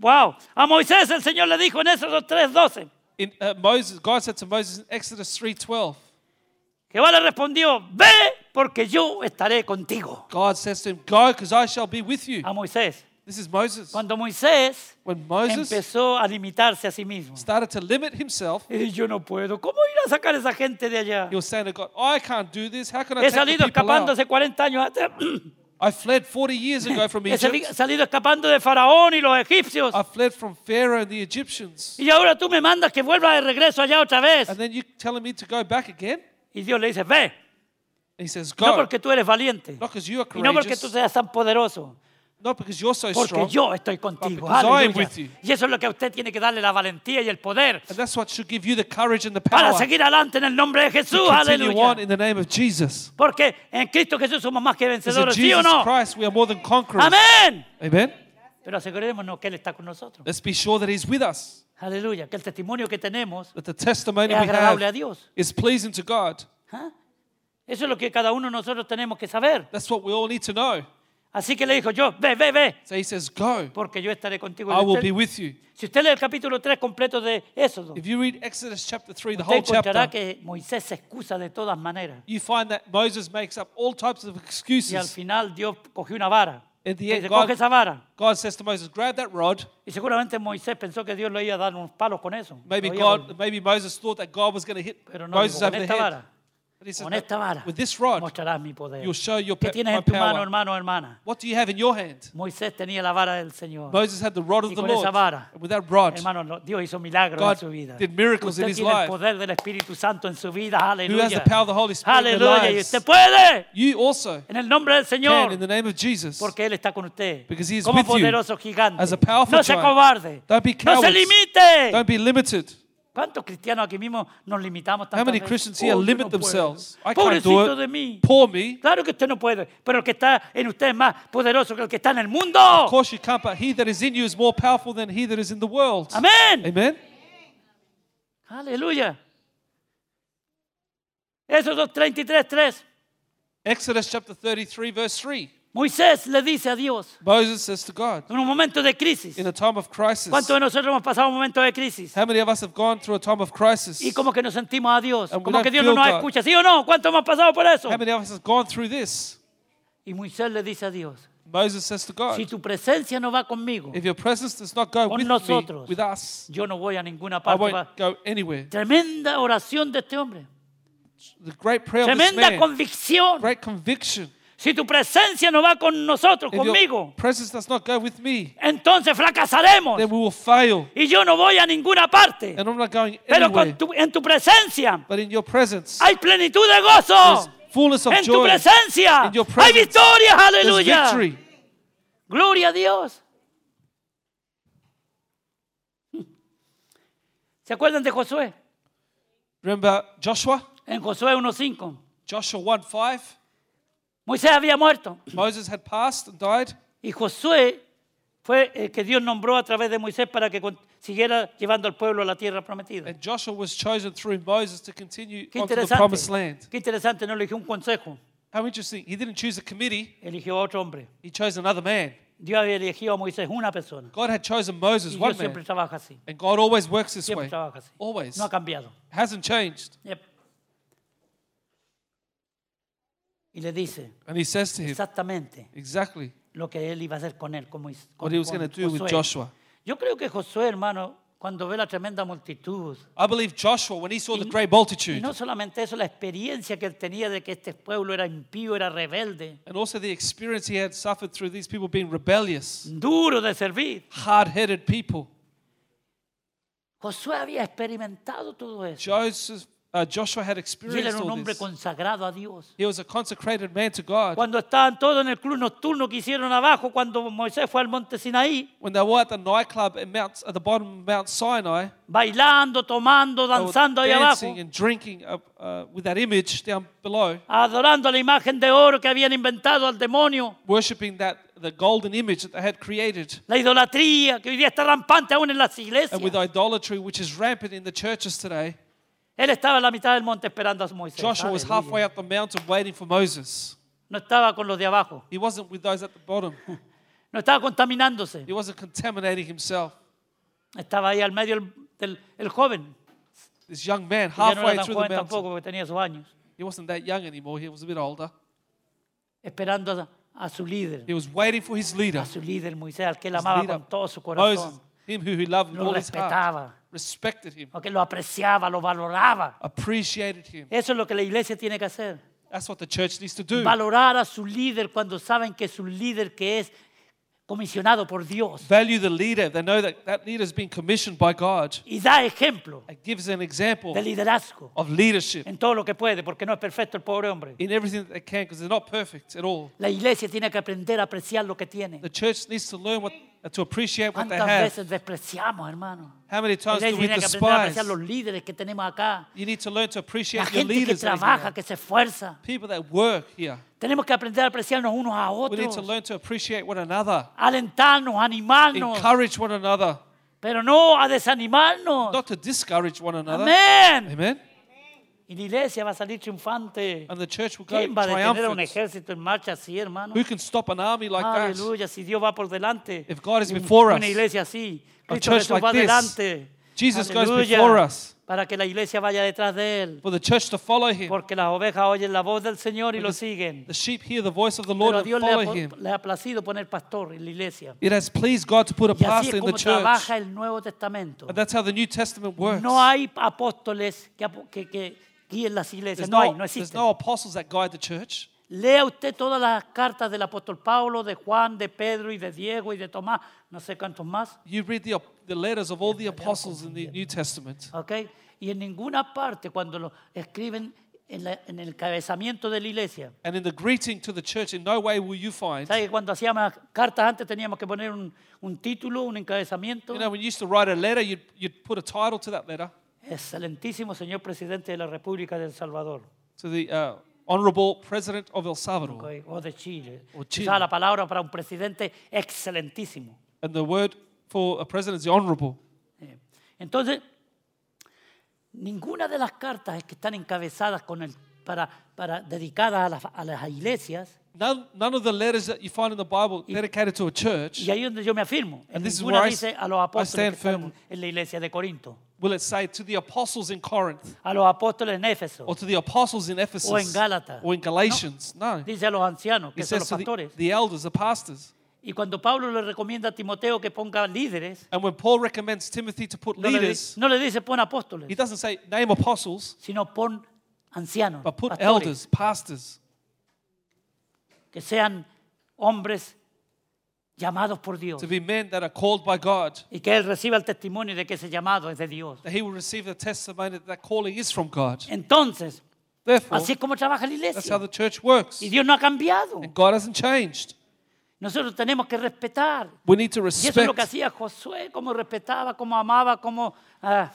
Speaker 2: Wow. A Moisés el Señor le dijo en Éxodo 3.12.
Speaker 3: In uh, Moses, God said to Moses in Exodus 3:12,
Speaker 2: Jehová le respondió, ve porque yo estaré contigo.
Speaker 3: God says to him, "Go, because I shall be with you."
Speaker 2: A Moisés.
Speaker 3: This is Moses.
Speaker 2: Cuando Moisés
Speaker 3: When Moses
Speaker 2: empezó a limitarse a sí mismo.
Speaker 3: started to limit himself,
Speaker 2: Y yo no puedo. ¿Cómo ir a sacar a esa gente de allá?
Speaker 3: he was saying to God, "I can't do this. How can I
Speaker 2: He
Speaker 3: take
Speaker 2: salido
Speaker 3: the people
Speaker 2: escapando
Speaker 3: out?
Speaker 2: hace 40 años atrás.
Speaker 3: I fled 40 years ago from
Speaker 2: He sali-
Speaker 3: Egypt.
Speaker 2: salido escapando de Faraón y los egipcios.
Speaker 3: I fled from Pharaoh and the Egyptians,
Speaker 2: Y ahora tú me mandas que vuelva de regreso allá otra vez.
Speaker 3: and then you telling me to go back again?"
Speaker 2: Y Dios le dice, ve.
Speaker 3: And he says,
Speaker 2: No
Speaker 3: "Go, not
Speaker 2: porque tú eres valiente.
Speaker 3: because you are
Speaker 2: Y no porque tú
Speaker 3: courageous,
Speaker 2: seas tan poderoso.
Speaker 3: not because you're so
Speaker 2: Porque
Speaker 3: strong."
Speaker 2: yo estoy contigo.
Speaker 3: because I am
Speaker 2: Aleluya.
Speaker 3: with you.
Speaker 2: Y eso es lo que a usted tiene que darle la valentía y el poder
Speaker 3: And that's what should give you the courage and the
Speaker 2: para
Speaker 3: power to
Speaker 2: seguir adelante en el nombre de Jesús.
Speaker 3: continue on
Speaker 2: Aleluya.
Speaker 3: in the name of Jesus.
Speaker 2: Porque en Cristo Jesús somos más que
Speaker 3: Because in
Speaker 2: vencedores, ¿sí o
Speaker 3: Jesus
Speaker 2: no?
Speaker 3: Christ, we are more than conquerors.
Speaker 2: Amén.
Speaker 3: Amen.
Speaker 2: Pero asegurémonos que Él está con nosotros.
Speaker 3: Let's be sure that He's with us,
Speaker 2: Aleluya. Que el testimonio que tenemos
Speaker 3: that the testimony
Speaker 2: es
Speaker 3: we
Speaker 2: agradable a
Speaker 3: have
Speaker 2: Dios.
Speaker 3: is pleasing to God.
Speaker 2: ¿Ah? Eso es lo que cada uno de nosotros tenemos que saber.
Speaker 3: That's what we all need to know.
Speaker 2: Así que le dijo yo, ve, ve, ve,
Speaker 3: So He says, Go,
Speaker 2: porque yo estaré contigo.
Speaker 3: I
Speaker 2: Y
Speaker 3: will
Speaker 2: usted-
Speaker 3: be with you.
Speaker 2: si usted lee el capítulo 3 completo de Éxodo,
Speaker 3: If you read Exodus chapter 3, the
Speaker 2: usted
Speaker 3: whole
Speaker 2: encontrará
Speaker 3: chapter,
Speaker 2: que Moisés se excusa de todas maneras.
Speaker 3: you find that Moses makes up all types of
Speaker 2: Y al
Speaker 3: excuses.
Speaker 2: final Dios cogió una vara.
Speaker 3: At the
Speaker 2: Y
Speaker 3: end,
Speaker 2: dice,
Speaker 3: God-
Speaker 2: coge esa vara.
Speaker 3: God says to Moses, Grab that rod.
Speaker 2: Y seguramente Moisés pensó que Dios le iba a dar unos palos con eso.
Speaker 3: Maybe,
Speaker 2: Lo iba a volver.
Speaker 3: God, maybe Moses thought that God was going to hit
Speaker 2: Pero no,
Speaker 3: Moses
Speaker 2: dijo,
Speaker 3: over
Speaker 2: con
Speaker 3: the
Speaker 2: esta
Speaker 3: head.
Speaker 2: vara,
Speaker 3: But he says,
Speaker 2: con
Speaker 3: "No,
Speaker 2: esta vara,
Speaker 3: With this rod,
Speaker 2: mostrarás mi poder.
Speaker 3: you'll show your
Speaker 2: ¿Qué
Speaker 3: pe-
Speaker 2: tienes
Speaker 3: my
Speaker 2: en tu mano,
Speaker 3: power.
Speaker 2: hermano, hermana?
Speaker 3: what do you have in your hand?
Speaker 2: Moisés tenía la vara del Señor.
Speaker 3: Moses had the rod of
Speaker 2: Y
Speaker 3: the
Speaker 2: con esa
Speaker 3: Lord.
Speaker 2: vara,
Speaker 3: And with that rod,
Speaker 2: Hermano, lo- Dios hizo milagros
Speaker 3: God
Speaker 2: en su vida.
Speaker 3: did miracles
Speaker 2: usted
Speaker 3: in his
Speaker 2: tiene el
Speaker 3: life.
Speaker 2: poder del Espíritu Santo en su vida. Aleluya.
Speaker 3: has the power of the Holy Spirit in their
Speaker 2: Aleluya. Y
Speaker 3: lives?
Speaker 2: usted puede.
Speaker 3: you also
Speaker 2: En el nombre del
Speaker 3: can,
Speaker 2: Señor.
Speaker 3: in the name of Jesus.
Speaker 2: Porque Él está con usted.
Speaker 3: Because he is
Speaker 2: como
Speaker 3: with you
Speaker 2: poderoso gigante.
Speaker 3: as a powerful
Speaker 2: no se
Speaker 3: giant.
Speaker 2: cobarde.
Speaker 3: Don't be
Speaker 2: no se
Speaker 3: cowards.
Speaker 2: limite.
Speaker 3: Don't be limited.
Speaker 2: ¿Cuántos cristianos aquí mismo nos limitamos tantas
Speaker 3: How many
Speaker 2: veces?
Speaker 3: Christians here
Speaker 2: Oh, yo
Speaker 3: limit
Speaker 2: no
Speaker 3: themselves?
Speaker 2: puedo.
Speaker 3: I can't do
Speaker 2: Pobrecito de
Speaker 3: it.
Speaker 2: mí.
Speaker 3: Poor me.
Speaker 2: Claro que usted no puede. Pero el que está en usted es más poderoso que el que está en el mundo.
Speaker 3: Of course you can't, but he that is in you is more powerful than he that is in the world.
Speaker 2: Amén.
Speaker 3: Amen.
Speaker 2: Aleluya. Eso 33, 3.
Speaker 3: Exodus chapter 33, verse 3.
Speaker 2: Moisés le dice a Dios
Speaker 3: Moses says to God,
Speaker 2: en un momento de crisis.
Speaker 3: in a time of crisis,
Speaker 2: ¿Cuántos de nosotros hemos pasado un momento de crisis?
Speaker 3: how many of us have gone through a time of crisis?
Speaker 2: Y como que nos sentimos a Dios,
Speaker 3: And we
Speaker 2: como que
Speaker 3: don't
Speaker 2: Dios no
Speaker 3: feel
Speaker 2: nos
Speaker 3: God.
Speaker 2: escucha, ¿sí o no? ¿Cuántos hemos pasado por eso?
Speaker 3: How many of us have gone through this?
Speaker 2: Y Moisés le dice a Dios,
Speaker 3: Moses says to God,
Speaker 2: si tu presencia no va conmigo,
Speaker 3: if your presence does not go
Speaker 2: Con
Speaker 3: with me,
Speaker 2: nosotros.
Speaker 3: with us,
Speaker 2: yo no voy a ninguna
Speaker 3: I
Speaker 2: parte.
Speaker 3: won't
Speaker 2: Va-
Speaker 3: go anywhere.
Speaker 2: Tremenda oración de este hombre,
Speaker 3: The great prayer of this
Speaker 2: tremenda
Speaker 3: man,
Speaker 2: convicción.
Speaker 3: great conviction.
Speaker 2: Si tu presencia no va con nosotros,
Speaker 3: If your
Speaker 2: conmigo,
Speaker 3: presence does not go with me,
Speaker 2: entonces fracasaremos
Speaker 3: then we will fail.
Speaker 2: y yo no voy a ninguna parte.
Speaker 3: And I'm not going
Speaker 2: Pero con
Speaker 3: anywhere.
Speaker 2: tu- en tu presencia
Speaker 3: But in your presence,
Speaker 2: hay plenitud de
Speaker 3: there's
Speaker 2: gozo.
Speaker 3: fullness of
Speaker 2: En tu
Speaker 3: joy.
Speaker 2: presencia
Speaker 3: In your
Speaker 2: hay
Speaker 3: presence
Speaker 2: victoria,
Speaker 3: There's
Speaker 2: aleluya.
Speaker 3: victory.
Speaker 2: Gloria a Dios. ¿Se acuerdan de Josué?
Speaker 3: Remember Joshua?
Speaker 2: En Josué 1.5.
Speaker 3: Joshua 1 5.
Speaker 2: Moisés había muerto
Speaker 3: Moses had passed and died.
Speaker 2: y Josué fue el que Dios nombró a través de Moisés para que con- siguiera llevando al pueblo a la tierra prometida.
Speaker 3: And Joshua was chosen through Moses to continue
Speaker 2: Qué
Speaker 3: onto the promised
Speaker 2: interesante.
Speaker 3: land.
Speaker 2: Qué interesante, no eligió un consejo,
Speaker 3: How interesting. He didn't choose a committee,
Speaker 2: eligió a otro hombre.
Speaker 3: he chose another man.
Speaker 2: Dios había elegido a Moisés una persona.
Speaker 3: God had chosen Moses,
Speaker 2: Y
Speaker 3: one
Speaker 2: Dios siempre
Speaker 3: man.
Speaker 2: trabaja así.
Speaker 3: And God always works this
Speaker 2: Siempre
Speaker 3: way.
Speaker 2: trabaja así.
Speaker 3: Always.
Speaker 2: No ha cambiado.
Speaker 3: Hasn't changed.
Speaker 2: Yep. Y le dice
Speaker 3: And he says to him,
Speaker 2: exactamente
Speaker 3: exactly
Speaker 2: lo que él iba a hacer con él, como hizo- con,
Speaker 3: what he was
Speaker 2: con
Speaker 3: going to do with
Speaker 2: Josué.
Speaker 3: Joshua.
Speaker 2: Yo creo que Josué, hermano, cuando ve la tremenda multitud,
Speaker 3: I believe Joshua, when he saw the great
Speaker 2: y
Speaker 3: multitude,
Speaker 2: no solamente eso, la experiencia que él tenía de que este pueblo era impío, era rebelde,
Speaker 3: and also the experience he had suffered through these people being rebellious,
Speaker 2: duro de servir,
Speaker 3: hard headed people,
Speaker 2: Josué había experimentado todo eso.
Speaker 3: Joseph, uh, Joshua had
Speaker 2: Y él
Speaker 3: experienced
Speaker 2: era un
Speaker 3: all
Speaker 2: hombre
Speaker 3: this.
Speaker 2: consagrado a Dios.
Speaker 3: He was a consecrated man to God.
Speaker 2: Cuando estaban todos en el club nocturno que hicieron abajo, cuando Moisés fue al monte Sinaí,
Speaker 3: When they were at the nightclub at, Mount, at the bottom of Mount Sinai,
Speaker 2: bailando, tomando,
Speaker 3: they were
Speaker 2: danzando ahí abajo,
Speaker 3: dancing and drinking up, uh, with that image down below,
Speaker 2: adorando la imagen de oro que habían inventado al demonio,
Speaker 3: worshipping that the golden image that they had created,
Speaker 2: la idolatría que hoy día está rampante aún en las iglesias.
Speaker 3: and with idolatry which is rampant in the churches today.
Speaker 2: Él estaba en la mitad del monte esperando a Moisés.
Speaker 3: Joshua was
Speaker 2: Aleluya.
Speaker 3: halfway up the mountain waiting for Moses.
Speaker 2: No estaba con los de abajo,
Speaker 3: He wasn't with those at the bottom.
Speaker 2: no estaba contaminándose,
Speaker 3: He wasn't contaminating himself.
Speaker 2: estaba ahí al medio del, del- el joven.
Speaker 3: This young man,
Speaker 2: que Ya no
Speaker 3: halfway
Speaker 2: era tan
Speaker 3: through the
Speaker 2: joven
Speaker 3: mountain,
Speaker 2: tampoco porque tenía sus años,
Speaker 3: he wasn't that young anymore. He was a bit older.
Speaker 2: esperando a, a su líder,
Speaker 3: He was waiting for his leader,
Speaker 2: a su líder Moisés, al que él
Speaker 3: his
Speaker 2: amaba
Speaker 3: leader,
Speaker 2: con todo su corazón,
Speaker 3: Moses, him who he loved with
Speaker 2: lo
Speaker 3: all his heart,
Speaker 2: respetaba,
Speaker 3: respected him,
Speaker 2: porque lo apreciaba, lo valoraba.
Speaker 3: appreciated him.
Speaker 2: Eso es lo que la iglesia tiene que hacer.
Speaker 3: That's what the church needs to do.
Speaker 2: Valorar a su líder cuando saben que es un líder que es comisionado por Dios
Speaker 3: Value the leader. They know that that leader has been commissioned by God.
Speaker 2: y da ejemplo
Speaker 3: It gives an example
Speaker 2: de liderazgo
Speaker 3: of leadership
Speaker 2: en todo lo que puede, porque no es perfecto el pobre hombre.
Speaker 3: in everything that they can because they're not perfect at all.
Speaker 2: La iglesia tiene que aprender a apreciar lo que tiene.
Speaker 3: The church needs to learn what, uh, to appreciate what they
Speaker 2: ¿Cuántas
Speaker 3: have.
Speaker 2: veces despreciamos, hermano?
Speaker 3: How many
Speaker 2: La
Speaker 3: times do
Speaker 2: iglesia
Speaker 3: we
Speaker 2: tiene que aprender a
Speaker 3: despise?
Speaker 2: apreciar los líderes que tenemos acá,
Speaker 3: You need to learn to
Speaker 2: la
Speaker 3: appreciate your
Speaker 2: gente que
Speaker 3: leaders. that you
Speaker 2: trabaja,
Speaker 3: have.
Speaker 2: que se esfuerza.
Speaker 3: People that work here.
Speaker 2: Tenemos que aprender a apreciarnos unos a
Speaker 3: We need to
Speaker 2: otros,
Speaker 3: learn to appreciate one another,
Speaker 2: alentarnos, animarnos,
Speaker 3: encourage one another,
Speaker 2: pero no a desanimarnos.
Speaker 3: not to discourage one another.
Speaker 2: Amén.
Speaker 3: Amen.
Speaker 2: Y la iglesia va a salir triunfante.
Speaker 3: And the church will go
Speaker 2: ¿Quién va a detener a un
Speaker 3: triumphant.
Speaker 2: ejército en marcha así, hermano?
Speaker 3: Who can stop an army like that?
Speaker 2: Aleluya, si Dios va por delante.
Speaker 3: If God is
Speaker 2: y un-
Speaker 3: before
Speaker 2: Una
Speaker 3: us,
Speaker 2: iglesia así.
Speaker 3: a
Speaker 2: Cristo
Speaker 3: church
Speaker 2: Jesús va
Speaker 3: like this,
Speaker 2: delante.
Speaker 3: Jesus goes
Speaker 2: Aleluya,
Speaker 3: before us. Pues
Speaker 2: Para que la iglesia vaya detrás de él.
Speaker 3: For the church to follow him.
Speaker 2: Porque las ovejas oyen la voz del Señor y lo siguen.
Speaker 3: Pues The sheep hear the voice of the
Speaker 2: Pero
Speaker 3: Lord
Speaker 2: a
Speaker 3: and
Speaker 2: Dios le ha,
Speaker 3: follow
Speaker 2: po-
Speaker 3: him.
Speaker 2: le ha placido poner pastor en la iglesia.
Speaker 3: It has pleased God to put a
Speaker 2: Y así
Speaker 3: pastor
Speaker 2: es
Speaker 3: in the
Speaker 2: como
Speaker 3: church.
Speaker 2: trabaja el Nuevo Testamento.
Speaker 3: And that's how the New Testament works.
Speaker 2: No hay apóstoles que, apo- que, que guíen las iglesias.
Speaker 3: There's
Speaker 2: No hay,
Speaker 3: no,
Speaker 2: no
Speaker 3: there's
Speaker 2: existen.
Speaker 3: no apostles that guide the church.
Speaker 2: Lea usted todas las cartas del apóstol Pablo, de Juan, de Pedro y de Diego y de Tomás, no sé cuántos más,
Speaker 3: You read the, op- the letters of all the apostles in the New Testament.
Speaker 2: ¿ok? Y en ninguna parte cuando lo escriben en, la- en el cabezamiento de la iglesia.
Speaker 3: And in the greeting to the church, in no way will you find.
Speaker 2: ¿Sabe que cuando hacíamos las cartas antes teníamos que poner un, un título, un encabezamiento?
Speaker 3: You know, when you used to write a letter, you'd, you'd put a title to that letter,
Speaker 2: Excelentísimo señor presidente de la República de El Salvador
Speaker 3: to the uh, Honorable President of El
Speaker 2: ¿ok?
Speaker 3: Salvador.
Speaker 2: o de Chile.
Speaker 3: O Chile.
Speaker 2: Usaba la palabra para un presidente excelentísimo.
Speaker 3: And the word for a president is the Honorable.
Speaker 2: Eh, Entonces, ninguna de las cartas que están encabezadas con el, para, para, dedicadas a las, a las iglesias,
Speaker 3: None, none of the letters that you find in the Bible dedicated to a church
Speaker 2: y ahí es donde yo me afirmo, en
Speaker 3: And this is
Speaker 2: ninguna
Speaker 3: where I
Speaker 2: dice
Speaker 3: s-
Speaker 2: a los
Speaker 3: I
Speaker 2: apóstoles que
Speaker 3: stand
Speaker 2: están
Speaker 3: firm.
Speaker 2: en la iglesia de Corinto,
Speaker 3: will it say to the apostles in Corinth
Speaker 2: a los apóstoles en Éfeso,
Speaker 3: or to the apostles in Ephesus
Speaker 2: en Gálatas.
Speaker 3: or in Galatians. No.
Speaker 2: dice a los ancianos, que
Speaker 3: It
Speaker 2: son
Speaker 3: says
Speaker 2: los
Speaker 3: to the,
Speaker 2: pastores.
Speaker 3: the elders, the pastors.
Speaker 2: Y cuando Pablo le recomienda a Timoteo que ponga líderes,
Speaker 3: And when Paul recommends Timothy to put
Speaker 2: no le, di-
Speaker 3: leaders,
Speaker 2: no le dice pon
Speaker 3: he
Speaker 2: apóstoles,
Speaker 3: doesn't say name apostles,
Speaker 2: sino pon ancianos,
Speaker 3: but put
Speaker 2: pastores,
Speaker 3: elders, pastors.
Speaker 2: que sean hombres llamados por Dios.
Speaker 3: to be men that are called by God,
Speaker 2: y que él reciba el testimonio de que ese llamado es de Dios.
Speaker 3: that he will receive the testimony that that calling is from God.
Speaker 2: Entonces,
Speaker 3: Therefore,
Speaker 2: Así es como trabaja la
Speaker 3: that's how
Speaker 2: iglesia.
Speaker 3: the church works.
Speaker 2: Y Dios no ha cambiado.
Speaker 3: And God hasn't changed.
Speaker 2: Nosotros tenemos que respetar.
Speaker 3: We need to
Speaker 2: Y eso es lo que
Speaker 3: respect.
Speaker 2: hacía Josué, como respetaba, como amaba, como ah,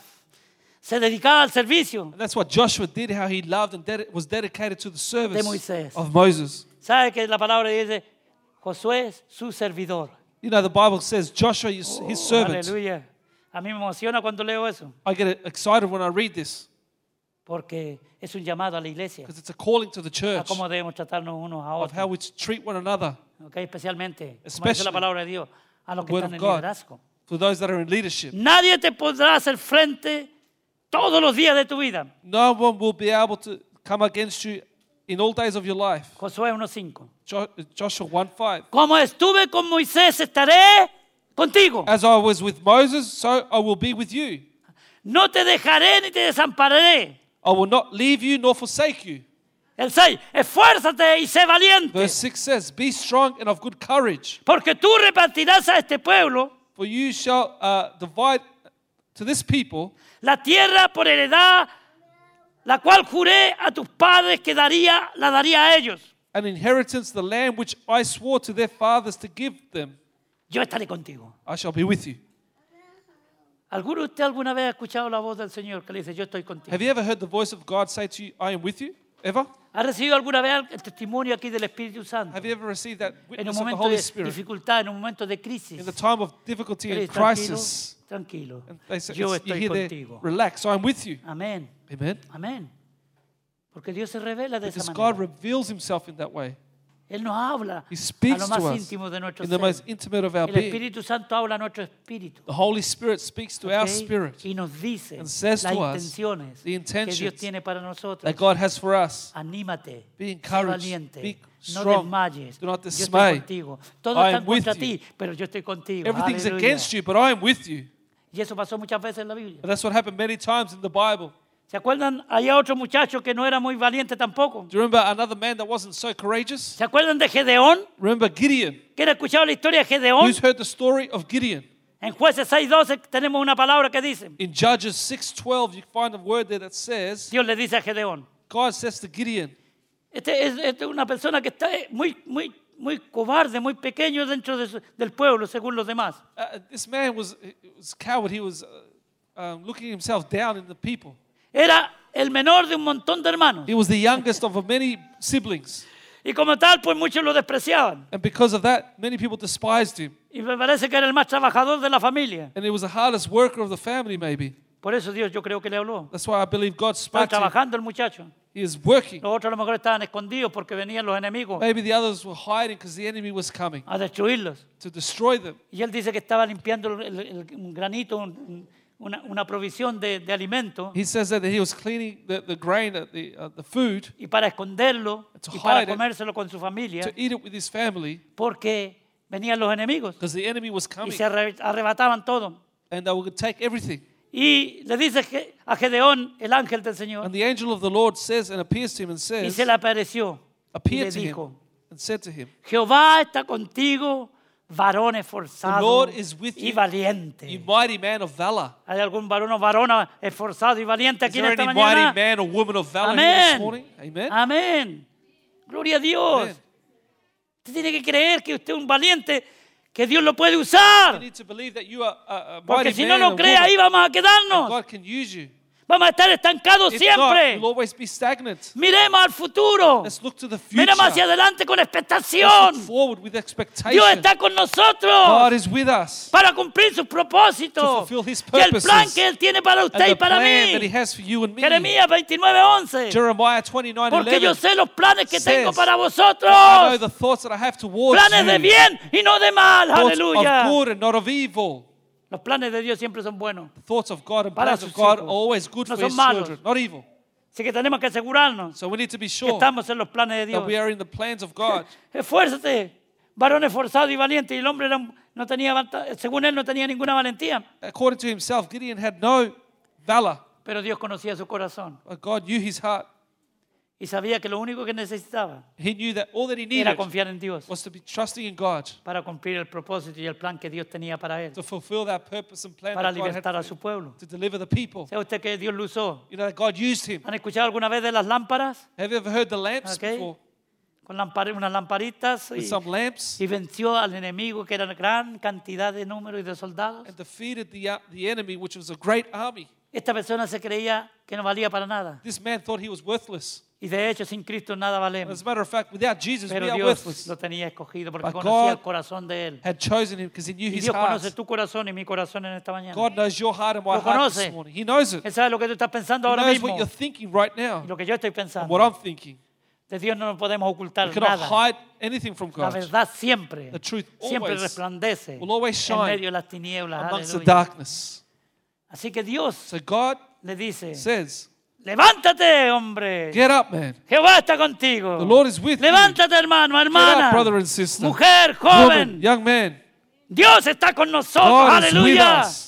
Speaker 2: se dedicaba al servicio.
Speaker 3: And that's what Joshua did, how he loved and dedi- was dedicated to the
Speaker 2: De
Speaker 3: service
Speaker 2: Moisés.
Speaker 3: of Moses.
Speaker 2: ¿Sabe que la palabra dice, Josué es su servidor?
Speaker 3: You know, the Bible says Joshua is his servant.
Speaker 2: Aleluya. A mí me emociona cuando leo eso,
Speaker 3: I get e-, excited when I read this
Speaker 2: porque es un llamado a la iglesia,
Speaker 3: because it's a calling to the
Speaker 2: a
Speaker 3: church
Speaker 2: cómo debemos tratarnos unos a
Speaker 3: of how
Speaker 2: otros,
Speaker 3: we treat one another
Speaker 2: ¿ok? especialmente, como dice la
Speaker 3: Especially
Speaker 2: palabra de Dios, a los que
Speaker 3: Word
Speaker 2: están en
Speaker 3: of God.
Speaker 2: liderazgo.
Speaker 3: for those that are in leadership.
Speaker 2: Nadie te podrá hacer frente todos los días de tu vida.
Speaker 3: No one will be able to come against you in all days of your life.
Speaker 2: Josué 1.5.
Speaker 3: Jo- Joshua 1 5.
Speaker 2: Como estuve con Moisés, estaré contigo.
Speaker 3: As I was with Moses, so I will be with you.
Speaker 2: No te dejaré ni te desampararé.
Speaker 3: I will not leave you nor forsake you.
Speaker 2: El 6. Esfuérzate y sé valiente.
Speaker 3: Verse 6 says, Be strong and of good courage,
Speaker 2: Porque tú repartirás a este pueblo
Speaker 3: for you shall uh, divide to this people
Speaker 2: la tierra por heredad, la cual juré a tus padres que daría, la daría a ellos.
Speaker 3: an inheritance, the land which I swore to their fathers to give them.
Speaker 2: Yo estaré contigo.
Speaker 3: I shall be with you.
Speaker 2: ¿Alguno de usted alguna vez ha escuchado la voz del Señor que le dice, yo estoy contigo?
Speaker 3: Have you ever heard the voice of God say to you, I am with you? Ever?
Speaker 2: ¿Ha recibido alguna vez el testimonio aquí del Espíritu Santo?
Speaker 3: Have you ever received that
Speaker 2: En un
Speaker 3: witness of the
Speaker 2: momento
Speaker 3: Holy
Speaker 2: de
Speaker 3: Spirit
Speaker 2: dificultad, en un momento de crisis.
Speaker 3: in the time of difficulty
Speaker 2: Él
Speaker 3: and
Speaker 2: dice, tranquilo,
Speaker 3: crisis?
Speaker 2: tranquilo.
Speaker 3: And they say,
Speaker 2: Yo
Speaker 3: you
Speaker 2: estoy
Speaker 3: hear there,
Speaker 2: contigo.
Speaker 3: relax, I'm with you.
Speaker 2: Amén.
Speaker 3: Amen.
Speaker 2: Amén. Porque Dios se revela de
Speaker 3: Because
Speaker 2: esa
Speaker 3: God
Speaker 2: manera.
Speaker 3: reveals himself in that way.
Speaker 2: Él nos habla
Speaker 3: He
Speaker 2: a
Speaker 3: speaks
Speaker 2: lo
Speaker 3: to
Speaker 2: más
Speaker 3: us
Speaker 2: íntimo de nuestro
Speaker 3: in the most
Speaker 2: ser.
Speaker 3: intimate of our
Speaker 2: El
Speaker 3: being.
Speaker 2: Espíritu Santo habla a nuestro espíritu.
Speaker 3: The Holy Spirit speaks to our
Speaker 2: ¿ok?
Speaker 3: spirit
Speaker 2: Y nos dice
Speaker 3: and
Speaker 2: las
Speaker 3: says to us
Speaker 2: intenciones
Speaker 3: the
Speaker 2: que Dios
Speaker 3: intentions
Speaker 2: tiene para nosotros.
Speaker 3: that God has for us.
Speaker 2: Anímate.
Speaker 3: Be
Speaker 2: Sé
Speaker 3: encouraged.
Speaker 2: valiente.
Speaker 3: Be
Speaker 2: No
Speaker 3: strong.
Speaker 2: desmayes.
Speaker 3: Do not
Speaker 2: yo estoy
Speaker 3: dismay.
Speaker 2: contigo. Todo
Speaker 3: I
Speaker 2: está
Speaker 3: am with
Speaker 2: contra
Speaker 3: you.
Speaker 2: ti, pero yo estoy contigo.
Speaker 3: Everything's
Speaker 2: Aleluya.
Speaker 3: against you, but I am with you.
Speaker 2: Y eso pasó muchas veces en la Biblia.
Speaker 3: And that's what happened many times in the Bible.
Speaker 2: ¿Se acuerdan? Había otro muchacho que no era muy valiente tampoco.
Speaker 3: Do you remember another man that wasn't so courageous?
Speaker 2: ¿Se acuerdan de Gedeón?
Speaker 3: Remember Gideon.
Speaker 2: ¿Quién ha escuchado la historia de Gedeón?
Speaker 3: Who's heard the story of Gideon?
Speaker 2: En jueces 6.12 tenemos una palabra que dice.
Speaker 3: In Judges 6:12, you find a word there that says,
Speaker 2: Dios le dice a Gedeón.
Speaker 3: God says to Gideon,
Speaker 2: Este es, este es una persona que está eh, muy, muy, muy cobarde, muy pequeño dentro de su- del pueblo, según los demás.
Speaker 3: uh, this man was, he was coward. He was uh, um, looking himself down in the people.
Speaker 2: Era el menor de un montón de hermanos.
Speaker 3: He was the youngest of many siblings.
Speaker 2: Y como tal, pues muchos lo despreciaban.
Speaker 3: And because of that, many people despised him.
Speaker 2: Y me parece que era el más trabajador de la familia.
Speaker 3: And he was the hardest worker of the family, maybe.
Speaker 2: Por eso Dios yo creo que le habló.
Speaker 3: That's why I believe God
Speaker 2: Estaba
Speaker 3: spoke to him.
Speaker 2: trabajando el muchacho.
Speaker 3: He is working.
Speaker 2: Los otros a lo mejor estaban escondidos porque venían los enemigos
Speaker 3: Maybe the others were hiding because the enemy was coming
Speaker 2: a destruirlos.
Speaker 3: to destroy them.
Speaker 2: Y él dice que estaba limpiando el- el- un granito, un- un- una, una provisión de, de alimento,
Speaker 3: He says that he was cleaning the, the grain, uh, the, uh, the food,
Speaker 2: y para esconderlo,
Speaker 3: To
Speaker 2: y para
Speaker 3: hide it.
Speaker 2: comérselo con su familia,
Speaker 3: to eat it with his family
Speaker 2: porque venían los enemigos
Speaker 3: because the enemy was
Speaker 2: y
Speaker 3: coming
Speaker 2: se arre- arrebataban todo.
Speaker 3: and they would take everything.
Speaker 2: Y le dice que- a Gedeón, el ángel del Señor,
Speaker 3: And the angel of the Lord says and appears to him and
Speaker 2: y
Speaker 3: says,
Speaker 2: se le apareció y le
Speaker 3: appeared to him
Speaker 2: dijo,
Speaker 3: and said to him,
Speaker 2: Jehová está contigo, varón
Speaker 3: The
Speaker 2: esforzado
Speaker 3: Lord is with
Speaker 2: y
Speaker 3: you,
Speaker 2: valiente.
Speaker 3: you mighty man of valor.
Speaker 2: ¿Hay algún varón o varona esforzado y valiente
Speaker 3: Is
Speaker 2: aquí en
Speaker 3: there
Speaker 2: esta
Speaker 3: any mighty
Speaker 2: mañana?
Speaker 3: man or woman of valor here this morning?
Speaker 2: Amén.
Speaker 3: Amen.
Speaker 2: Amén. Gloria a Dios.
Speaker 3: Amen.
Speaker 2: Usted tiene que creer que usted es un valiente, que Dios lo puede
Speaker 3: You
Speaker 2: usar.
Speaker 3: need to believe that you are a, a
Speaker 2: Porque
Speaker 3: mighty
Speaker 2: si no
Speaker 3: man
Speaker 2: lo
Speaker 3: or
Speaker 2: cree,
Speaker 3: woman.
Speaker 2: ahí vamos a quedarnos.
Speaker 3: God can use you.
Speaker 2: Vamos a estar estancados
Speaker 3: If not,
Speaker 2: siempre.
Speaker 3: you'll always be stagnant.
Speaker 2: Miremos al futuro.
Speaker 3: Let's look to the future.
Speaker 2: Miremos hacia
Speaker 3: Let's
Speaker 2: adelante con
Speaker 3: look
Speaker 2: expectación.
Speaker 3: forward with expectation.
Speaker 2: Dios está con
Speaker 3: God
Speaker 2: nosotros
Speaker 3: is with us.
Speaker 2: para cumplir sus propósitos
Speaker 3: To fulfill his
Speaker 2: y el plan
Speaker 3: purposes.
Speaker 2: que Él tiene para
Speaker 3: And
Speaker 2: usted y
Speaker 3: the
Speaker 2: para
Speaker 3: plan that He
Speaker 2: mí.
Speaker 3: has for you and me.
Speaker 2: Jeremías 29:11.
Speaker 3: Jeremiah 29,
Speaker 2: Porque yo
Speaker 3: 11.
Speaker 2: sé los planes que tengo
Speaker 3: says,
Speaker 2: para
Speaker 3: I know
Speaker 2: vosotros.
Speaker 3: the thoughts that I have towards
Speaker 2: Planes de
Speaker 3: you.
Speaker 2: bien y no de mal.
Speaker 3: Thoughts
Speaker 2: Aleluya.
Speaker 3: of good and not of evil.
Speaker 2: Los planes de Dios siempre son buenos.
Speaker 3: The thoughts of God and
Speaker 2: Para
Speaker 3: plans
Speaker 2: sus
Speaker 3: of God
Speaker 2: hijos.
Speaker 3: are always good
Speaker 2: No
Speaker 3: for
Speaker 2: son
Speaker 3: His
Speaker 2: malos.
Speaker 3: children, not evil.
Speaker 2: Así que tenemos que asegurarnos
Speaker 3: So we need to be
Speaker 2: que
Speaker 3: sure
Speaker 2: estamos en los planes de
Speaker 3: that we
Speaker 2: Dios.
Speaker 3: are in the plans of God.
Speaker 2: Esfuérzate, varón esforzado y valiente. Y el hombre era un- no tenía, vanta- según él, no tenía ninguna valentía.
Speaker 3: According to himself, Gideon had no valor,
Speaker 2: Pero Dios conocía su corazón.
Speaker 3: but God knew his heart.
Speaker 2: y sabía que lo único que necesitaba
Speaker 3: He knew that all that he
Speaker 2: era
Speaker 3: needed
Speaker 2: confiar en Dios
Speaker 3: was to be trusting in God
Speaker 2: para cumplir el propósito y el plan que Dios tenía para él,
Speaker 3: to fulfill that purpose and plan
Speaker 2: para
Speaker 3: that God had
Speaker 2: libertar a
Speaker 3: for
Speaker 2: su
Speaker 3: him,
Speaker 2: pueblo.
Speaker 3: to deliver the people.
Speaker 2: ¿Sabe usted que Dios lo usó?
Speaker 3: You know that God used him.
Speaker 2: ¿Han escuchado alguna vez de las lámparas?
Speaker 3: Have you ever heard the lamps
Speaker 2: Okay.
Speaker 3: before?
Speaker 2: Con lampar- unas lamparitas
Speaker 3: With
Speaker 2: y,
Speaker 3: some lamps
Speaker 2: y venció al enemigo que era una gran cantidad de número y de soldados.
Speaker 3: and defeated the, uh, the enemy, which was a great army.
Speaker 2: Esta persona se creía que no valía para nada
Speaker 3: This man thought he was worthless.
Speaker 2: y de hecho sin Cristo nada
Speaker 3: As
Speaker 2: valemos.
Speaker 3: a matter of fact, without Jesus, we
Speaker 2: Pero
Speaker 3: are
Speaker 2: Dios pues,
Speaker 3: worthless.
Speaker 2: lo tenía escogido porque
Speaker 3: But
Speaker 2: conocía
Speaker 3: God-
Speaker 2: el corazón de él.
Speaker 3: Had chosen him because he knew
Speaker 2: Y
Speaker 3: his
Speaker 2: Dios
Speaker 3: heart.
Speaker 2: conoce tu corazón y mi corazón en esta mañana.
Speaker 3: God knows your heart and my
Speaker 2: Lo
Speaker 3: heart
Speaker 2: conoce.
Speaker 3: this morning. He knows it.
Speaker 2: Él sabe lo que tú estás pensando
Speaker 3: He
Speaker 2: ahora
Speaker 3: knows
Speaker 2: mismo
Speaker 3: what you're thinking right now,
Speaker 2: y lo que yo estoy
Speaker 3: and what I'm
Speaker 2: pensando.
Speaker 3: thinking.
Speaker 2: De Dios no nos podemos
Speaker 3: You
Speaker 2: ocultar
Speaker 3: cannot
Speaker 2: nada.
Speaker 3: hide anything from
Speaker 2: La
Speaker 3: God
Speaker 2: verdad siempre,
Speaker 3: The truth
Speaker 2: siempre
Speaker 3: always
Speaker 2: resplandece
Speaker 3: will always
Speaker 2: en
Speaker 3: shine
Speaker 2: medio de las tinieblas.
Speaker 3: amongst the
Speaker 2: aleluya.
Speaker 3: darkness.
Speaker 2: Así que Dios
Speaker 3: So God
Speaker 2: le dice,
Speaker 3: says,
Speaker 2: levántate, hombre.
Speaker 3: Get up, man.
Speaker 2: Jehová está contigo.
Speaker 3: The Lord is with you.
Speaker 2: Levántate, hermano, hermana.
Speaker 3: brother and sister.
Speaker 2: Mujer,
Speaker 3: Woman,
Speaker 2: joven.
Speaker 3: young man,
Speaker 2: Dios está con nosotros.
Speaker 3: God is with
Speaker 2: Aleluya.
Speaker 3: us.